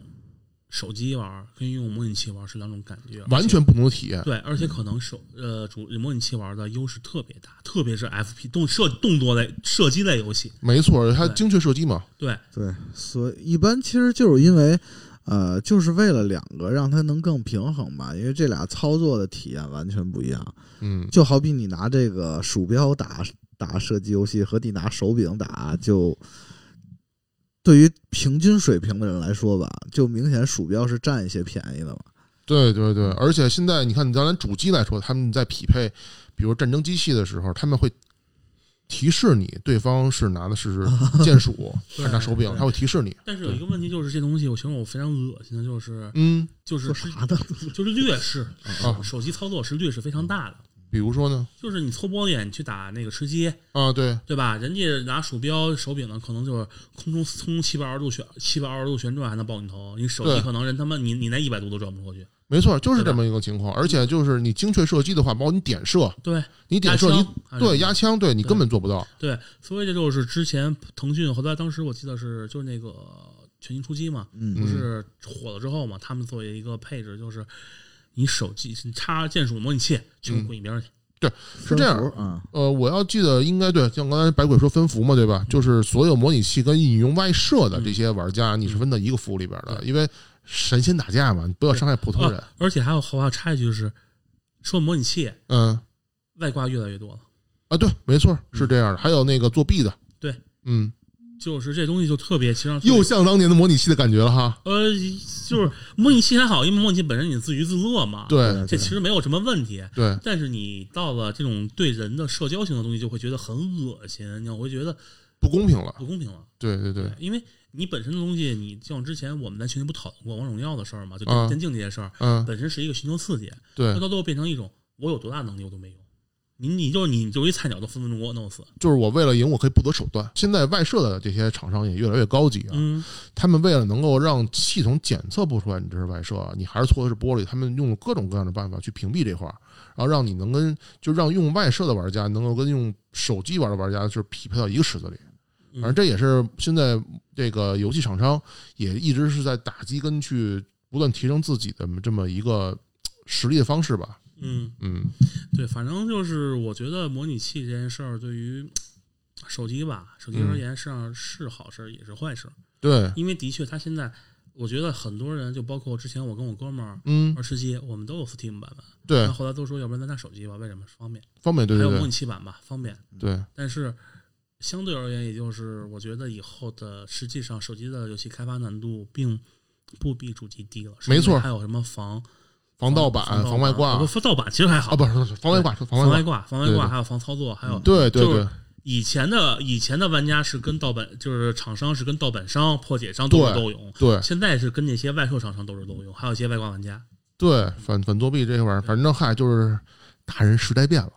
E: 手机玩儿跟用模拟器玩儿是两种感觉，
A: 完全不同的体验。
E: 对，而且可能手呃主模拟器玩的优势特别大，特别是 FP 动射动作类射击类游戏，
A: 没错，它
E: 对
A: 精确射击嘛，
E: 对
G: 对，所以一般其实就是因为，呃，就是为了两个让它能更平衡吧，因为这俩操作的体验完全不一样。
A: 嗯，
G: 就好比你拿这个鼠标打打射击游戏和你拿手柄打，就对于平均水平的人来说吧，就明显鼠标是占一些便宜的嘛。
A: 对对
E: 嗯
A: 对，而且现在你看，咱拿主机来说，他们在匹配，比如战争机器的时候，他们会提示你对方是拿的 是键鼠还是拿手柄，
E: 对
A: 他会提示你。
E: 但是有一个问题就是这东西，我形容我非常恶心的，就是
A: 嗯，
E: 就是
G: 说啥 呢？
E: 就是劣势，
A: 啊
E: 手手机操作是劣势非常大的，
A: 比如说呢？
E: 就是你搓波眼去打那个吃鸡，
A: 啊，对，
E: 对吧？人家拿鼠标手柄呢，可能就是空中空中七百二十度旋七百二十度旋转还能爆你头，你手
A: 对
E: 机可能人他妈你你那一百度都转不过去，
A: 没错，就是
E: 对吧
A: 这么一个情况。而且就是你精确射击的话，包括你点射，
E: 对，
A: 你点
E: 压
A: 射，
E: 枪
A: 你
E: 还是
A: 对压枪，对你根本做不到。
E: 哎对，所以这就是之前腾讯后来当时我记得是就是那个全新出击嘛，
G: 嗯
E: 不
A: 嗯
E: 是火了之后嘛，他们作为一个配置，就是你手机你插键鼠模拟器，
A: 嗯
E: 全部滚一边儿去。
A: 是这样
G: 分符啊，
A: 呃，我要记得应该对，像刚才百鬼说分服嘛，对吧？就是所有模拟器跟应用外设的这些玩家，你是分到一个服务里边的，因为神仙打架嘛，你不要伤害普通人。
E: 啊而且还有后话插一句就是，说模拟器
A: 嗯。
E: 外挂越来越多了，
A: 啊，对，没错，是这样的。还有那个作弊的，
E: 对，
A: 嗯，
E: 就是这东西就特别其实让
A: 又像当年的模拟器的感觉了哈。
E: 呃就是模拟器还好，因为模拟器本身你自娱自乐嘛，，
A: 对
E: 这其实没有什么问题。
A: 对，
E: 但是你到了这种对人的社交型的东西，就会觉得很恶心，你会觉得
A: 不公平了。
E: 不公平了。
A: 对对对，
E: 因为你本身的东西，你像之前我们在群里不讨论过王者荣耀的事儿嘛，就
A: 啊
E: 电竞这些事儿，
A: 嗯，
E: 本身是一个寻求刺激，
A: 对
E: 它，到最后变成一种我有多大能力我都没用，你你就你就一菜鸟都分分钟给我弄死。
A: 就是我为了赢，我可以不择手段。现在外设的这些厂商也越来越高级啊，
E: 嗯，
A: 他们为了能够让系统检测不出来你这是外设啊，你还是搓的是玻璃，他们用了各种各样的办法去屏蔽这块儿，然后让你能跟就让用外设的玩家能够跟用手机玩的玩家就是匹配到一个池子里。
E: 嗯
A: 反正这也是现在这个游戏厂商也一直是在打击跟去不断提升自己的这么一个实力的方式吧。
E: 嗯，
A: 嗯
E: 对，反正就是我觉得模拟器这件事儿对于手机吧，手
A: 嗯
E: 机而言实际上是好事儿也是坏事儿，
A: 对，
E: 因为的确它现在我觉得很多人就包括之前我跟我哥们儿。
A: 嗯，
E: 玩吃鸡，我们都有 Steam 版本，
A: 对
E: 但，后来都说，要不然咱拿手机吧，为什么方便？
A: 方便，对
E: 嗯还
A: 对
E: 有模拟
A: 对
E: 器版吧，方便。
A: 对，
E: 但是相对而言，也就是我觉得以后的实际上手机的游戏开发难度并不比主机低了，甚至
A: 没错
E: 还有什么防
A: 防盗版、
E: 防
A: 防外挂
E: 不
A: 啊，
E: 防盗版其实还好，
A: 不是是防外挂，是防
E: 防
A: 外
E: 外
A: 挂，
E: 挂、防外
A: 对
E: 挂，
A: 对嗯
E: 还有防操作，还有
A: 对对
E: 就是
A: 对
E: 以前的以前的玩家是跟盗版，就是厂商是跟盗版商、破解商斗
A: 对
E: 智斗勇，
A: 对
E: 现在是跟那些外售厂商斗智斗勇，还有一些外挂 玩家。
A: 对，反反作弊这些玩意儿，反正嗨，就是大人时代变了。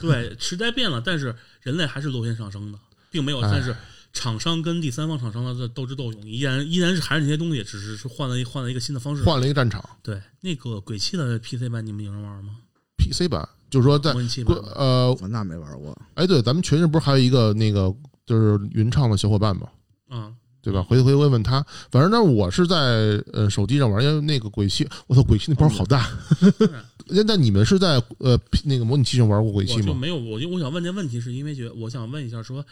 E: 对，时代变了，但是人类还是螺旋上升的，并没有。
A: 哎
E: 但是厂商跟第三方厂商的斗智斗勇，依然依然是还是那些东西，只是是换了一换了一个新的方式。
A: 换了一个战场
E: 对那个鬼泣的 PC 版，你们有人玩吗？
A: ，PC 版，就是说在
E: 模拟器版
A: 过呃，
G: 我那没玩过。
A: 哎，对，咱们群里不是还有一个那个就是云唱的小伙伴吗？
E: 啊，
A: 对吧？回头回问问他，反正呢，我是在呃手机上玩，因为那个鬼泣，我操，鬼泣那包好大。
E: 啊
A: 那那你们是在呃那个模拟器上玩过鬼泣
E: 我就
A: 吗？
E: 没有。我就我想问这问题，是因为觉得我想问一下说，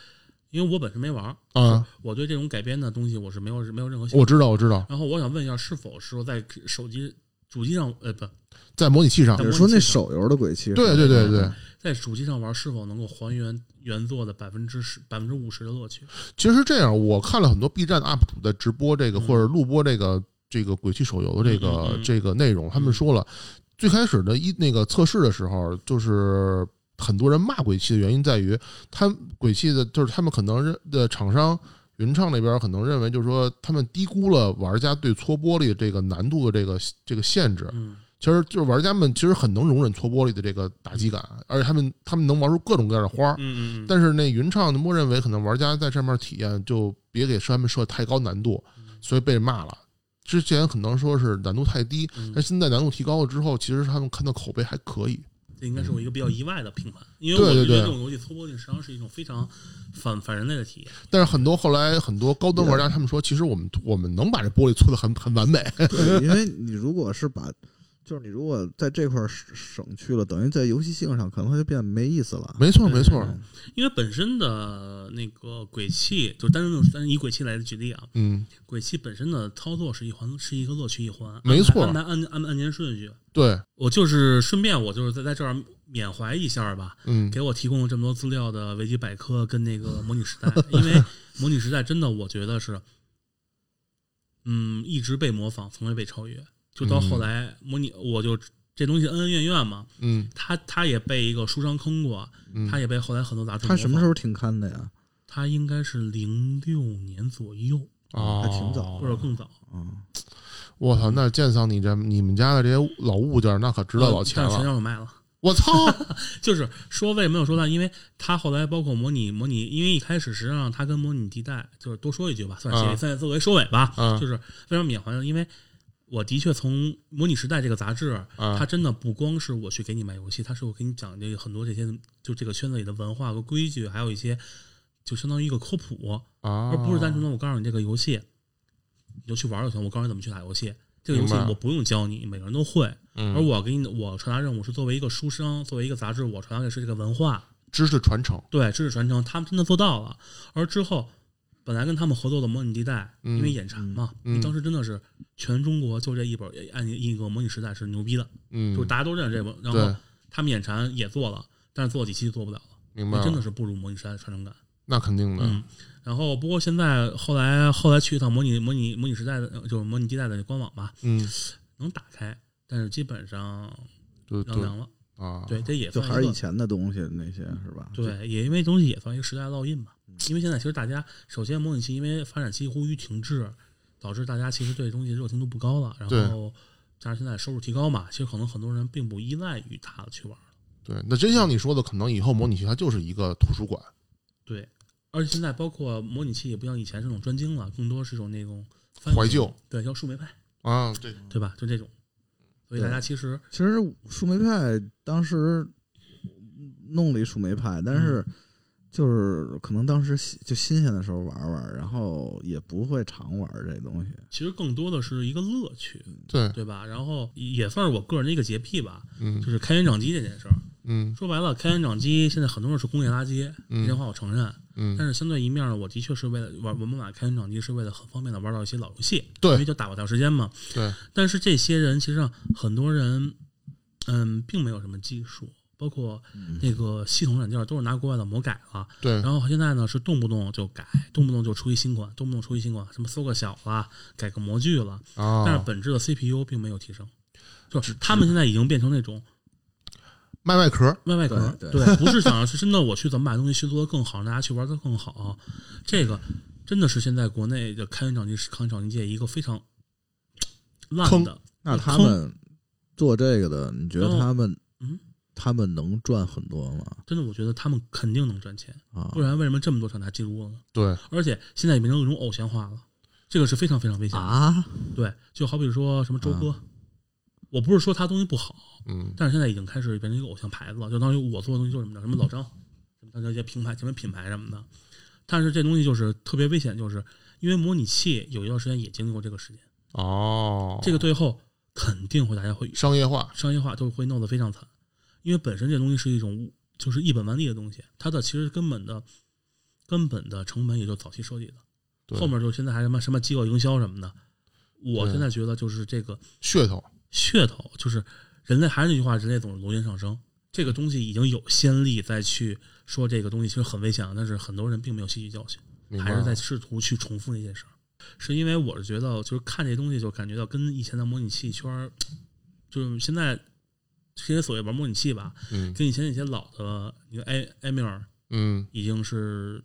E: 因为我本身没玩，
A: 啊，
E: 我对这种改编的东西我是没有没有任何兴趣。
A: 我知道，我知道，
E: 然后我想问一下，是否是说在手机主机上呃不
A: 在模拟器上
E: 在，
G: 你
E: 模拟
G: 说那
E: 器上
G: 手游的鬼泣？
A: 对对对对。
E: 在主机上玩是否能够还原原作的百分之十百分之五十的乐趣？
A: 其实这样，我看了很多 B 站 UP 主在直播这个
E: 嗯
A: 或者录播这个这个鬼泣手游的这
E: 嗯
A: 个
E: 嗯嗯
A: 这个内容，他们说了，最开始的一那个测试的时候，就是很多人骂鬼泣的原因在于，他们鬼泣的就是他们可能认的厂商。云唱那边可能认为，就是说他们低估了玩家对搓玻璃的这个难度的这个这个限制。
E: 嗯，
A: 其实就是玩家们其实很能容忍搓玻璃的这个打击感，而且他们他们能玩出各种各样的花儿。
E: 嗯嗯，
A: 但是那云唱的默认为可能玩家在上面体验就别给他们设太高难度，所以被骂了。之前可能说是难度太低，
E: 嗯
A: 但现在难度提高了之后，其实他们看到口碑还可以。
E: 这应该是我一个比较意外的评判，因为
A: 对
E: 我
A: 对
E: 觉得
A: 对
E: 这种游戏搓玻璃实际上是一种非常反反人类的体验。
A: 但是很多后来很多高端玩家他们说，其实我们我们能把这玻璃搓的很很完美，
G: 对，因为你如果是把，就是你如果在这块儿省省去了，等于在游戏性上可能它就变没意思了。
A: 没错没错，
E: 因为本身的那个鬼泣，就单纯单纯以鬼泣来举例啊，
A: 嗯，
E: 鬼泣本身的操作是一环，是一个乐趣一环，
A: 没错
E: 安排按按按键顺序。
A: 对，
E: 我就是顺便，我就是在在这儿缅怀一下吧，
A: 嗯，
E: 给我提供了这么多资料的维基百科跟那个模拟时代，因为模拟时代真的我觉得是，嗯，一直被模仿，从未被超越。就到后来模拟，我就这东西恩恩怨怨嘛，
A: 嗯
E: 他他也被一个书商坑过，
A: 嗯，
E: 他也被后来很多杂志。
G: 它什么时？候停刊的呀？
E: 他应该是零六年左右，
A: 哦
G: 还挺早
E: 或者更嗯早。
G: 嗯，
A: 我操，那建桑你这你们家的这些老物件儿，那可值了老钱
E: 呃但是全
A: 了。
E: 让我卖了。
A: 我 操，
E: 就是说为什么有说烂，因为他后来包括模拟模拟，因为一开始实际上他跟模拟地带，就是多说一句吧，算
A: 啊
E: 是算作为收尾吧，
A: 啊
E: 就是为什么缅怀呢？因为我的确从《模拟时代》这个杂志，
A: 啊
E: 它真的不光是我去给你买游戏，它是我给你讲这个很多这些就这个圈子里的文化和规矩，还有一些就相当于一个科普，
A: 啊
E: 而不是单纯的我告诉你这个游戏，你就去玩就行，我告诉你怎么去打游戏。这个游戏
A: 明白
E: 我不用教你，每个人都会。
A: 嗯
E: 而我给你，我传达任务是作为一个书生，作为一个杂志，我传达的是这个文化，
A: 知识传承，
E: 对知识传承，他们真的做到了。而之后，本来跟他们合作的《模拟地带》，
A: 嗯
E: 因为眼馋嘛，
A: 嗯
E: 你当时真的是全中国就这一本，按一个《模拟时代》是牛逼的，
A: 嗯，
E: 就是大家都认这本。然
A: 对
E: 后，他们眼馋也做了，但是做几期就做不了了，
A: 明白
E: 那
A: 了，
E: 真的是不如《模拟时代》的传承感。
A: 那肯定的，
E: 嗯，然后不过现在后来后来去一趟模拟模拟模拟时代的，就是模拟地带的官网吧，
A: 嗯，
E: 能打开，但是基本上
A: 对
E: 凉
A: 对
E: 凉了。
A: 啊，
E: 对，这也
G: 就
E: 算
G: 还
E: 一
G: 是
E: 个嗯
G: 以前的东西那些是吧？
E: 对，也因为东西也算一个时代烙印吧。
A: 嗯
E: 因为现在其实大家首先模拟器因为发展几乎于停滞，导致大家其实对东西热情度不高了。然
A: 对
E: 后加上现在收入提高嘛，其实可能很多人并不依赖于它去玩。
A: 对，那真像你说的，可能以后模拟器它就是一个图书馆，
E: 对，而且现在包括模拟器也不像以前这种专精了，更多是一种那种翻
A: 怀
E: 新
A: 旧，
E: 对，叫树莓派，
A: 啊，对，
E: 对吧？就这种。所以大家其实
G: 其实树莓派当时弄了一树莓派，但
E: 嗯
G: 是就是可能当时新就新鲜的时候玩玩，然后也不会常玩这东西。
E: 其实更多的是一个乐趣，
A: 对，
E: 对吧？然后也算是我个人的一个洁癖吧，
A: 嗯
E: 就是开源掌机这件事儿。
A: 嗯
E: 说白了，开源掌机现在很多人是工业垃圾，这句
A: 嗯
E: 话我承认。
A: 嗯，
E: 但是相对一面呢，我的确是为了玩我们买开源掌机是为了很方便的玩到一些老游戏，因为
A: 对
E: 就打发掉时间嘛。
A: 对，
E: 但是这些人其实上很多人，嗯，并没有什么技术，包括
A: 嗯
E: 那个系统软件都是拿国外的模改了。
A: 对
E: 然后现在呢是动不动就改，动不动就出一新款，动不动出一新款，什么搜个小啦，改个模具了，但是
A: 啊，
E: 本质的 CPU 并没有提升，就是他们现在已经变成那种
A: 卖外壳，
E: 外卖壳，
F: 对
E: 嗯对，不是想要是真的我去怎么把东西去做得更好，让大家去玩得更好，啊这个真的是现在国内的开源掌机是开源掌机界一个非常烂的，
G: 那
E: 他
G: 他
E: 们
G: 们做这个的，你觉得他们
E: 嗯，
G: 他们能赚很多吗？
E: 真的我觉得他们肯定能赚钱，
G: 啊，
E: 不然为什么这么多厂家进入了呢？
A: 对，
E: 而且现在也变成一种偶像化了，这个是非常非常危险的。
G: 啊，
E: 对，就好比说什么周哥，我不是说他东西不好，
A: 嗯
E: 但是现在已经开始变成一个偶像牌子了，就当于我做的东西就是什么的，什么老张，什么大家一些品牌，什么品牌什么的。但是这东西就是特别危险，就是因为模拟器有一段时间也经历过这个时间，
A: 哦，
E: 这个最后肯定会大家会
A: 商业化，
E: 商业化都会弄得非常惨，因为本身这东西是一种就是一本万利的东西，它的其实根本的根本的成本也就早期设计的，
A: 对
E: 后面就现在还什么什么机构营销什么的。我
A: 对
E: 现在觉得就是这个
A: 噱头，
E: 噱头，就是人类还是那句话，人类总是螺旋上升。这个东西已经有先例再去说这个东西其实很危险，但是很多人并没有吸取教训，
A: 明白
E: 还是在
A: 了，
E: 试图去重复那件事儿。是因为我是觉得，就是看这东西就感觉到跟以前的模拟器圈儿，就是现在这些所谓玩模拟器吧，
A: 嗯
E: 跟以前那些老的，你看埃埃米尔
A: 嗯，
E: 已经是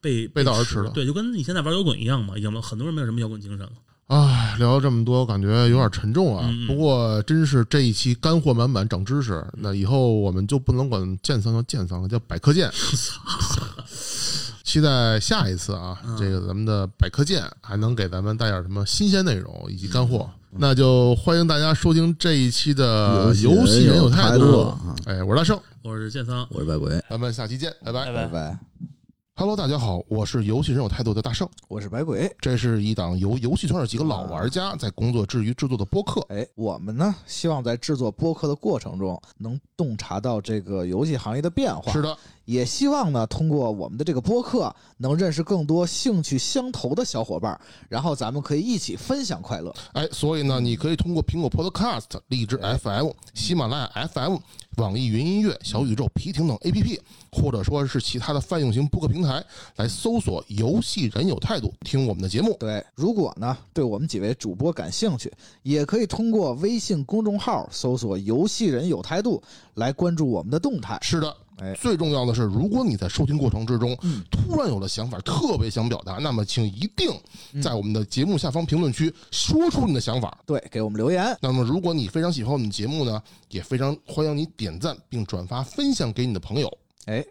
E: 被
A: 背道而驰了
E: 对，就跟你现在玩摇滚一样嘛，已经很多人没有什么摇滚精神了。
A: 唉，聊了这么多，感觉有点沉重啊。
E: 嗯嗯
A: 不过真是这一期干货满满，长知识。 那以后我们就不能管剑桑叫剑桑了，叫百科剑。
E: 操！
A: 期待下一次啊，
E: 嗯
A: 这个咱们的百科见还能给咱们带点什么新鲜内容以及干货。那就欢迎大家收听这一期
H: 呃
A: 的《嗯游戏人有态
I: 态
A: 度》。
I: 啊！
A: 哎，我是大圣，
E: 我是建仓，
H: 我是白鬼。
F: 哎
A: 咱们下期见，拜拜。
F: 拜拜，
A: Hello，大家好，我是游戏人有态度的大圣，
F: 我是白鬼。
A: 这是一档由游戏圈的几个老玩家在工作之余制作的播客。
F: 哎，我们呢，希望在制作播客的过程中，能洞察到这个游戏行业的变化。
A: 是的，
F: 也希望呢，通过我们的这个播客，能认识更多兴趣相投的小伙伴儿，然后咱们可以一起分享快乐。
A: 哎，所以呢，你可以通过苹果 Podcast、荔枝 FM、喜马拉雅 FM、网易云音乐、小宇宙、皮艇等 APP，或者说是其他的泛用型播客平台，来搜索“游戏人有态度”，听我们的节目。
F: 对，如果呢对我们几位主播感兴趣，也可以通过微信公众号搜索“游戏人有态度”来关注我们的动态。
A: 是的
F: 哎，
A: 最重要的是，如果你在收听过程之中突然有了想法，特别想表达，那么请一定在我们的节目下方评论区说出你的想法。
F: 对，给我们留言。
A: 那么，如果你非常喜欢我们的节目呢，也非常欢迎你点赞并转发分享给你的朋友。
F: 哎，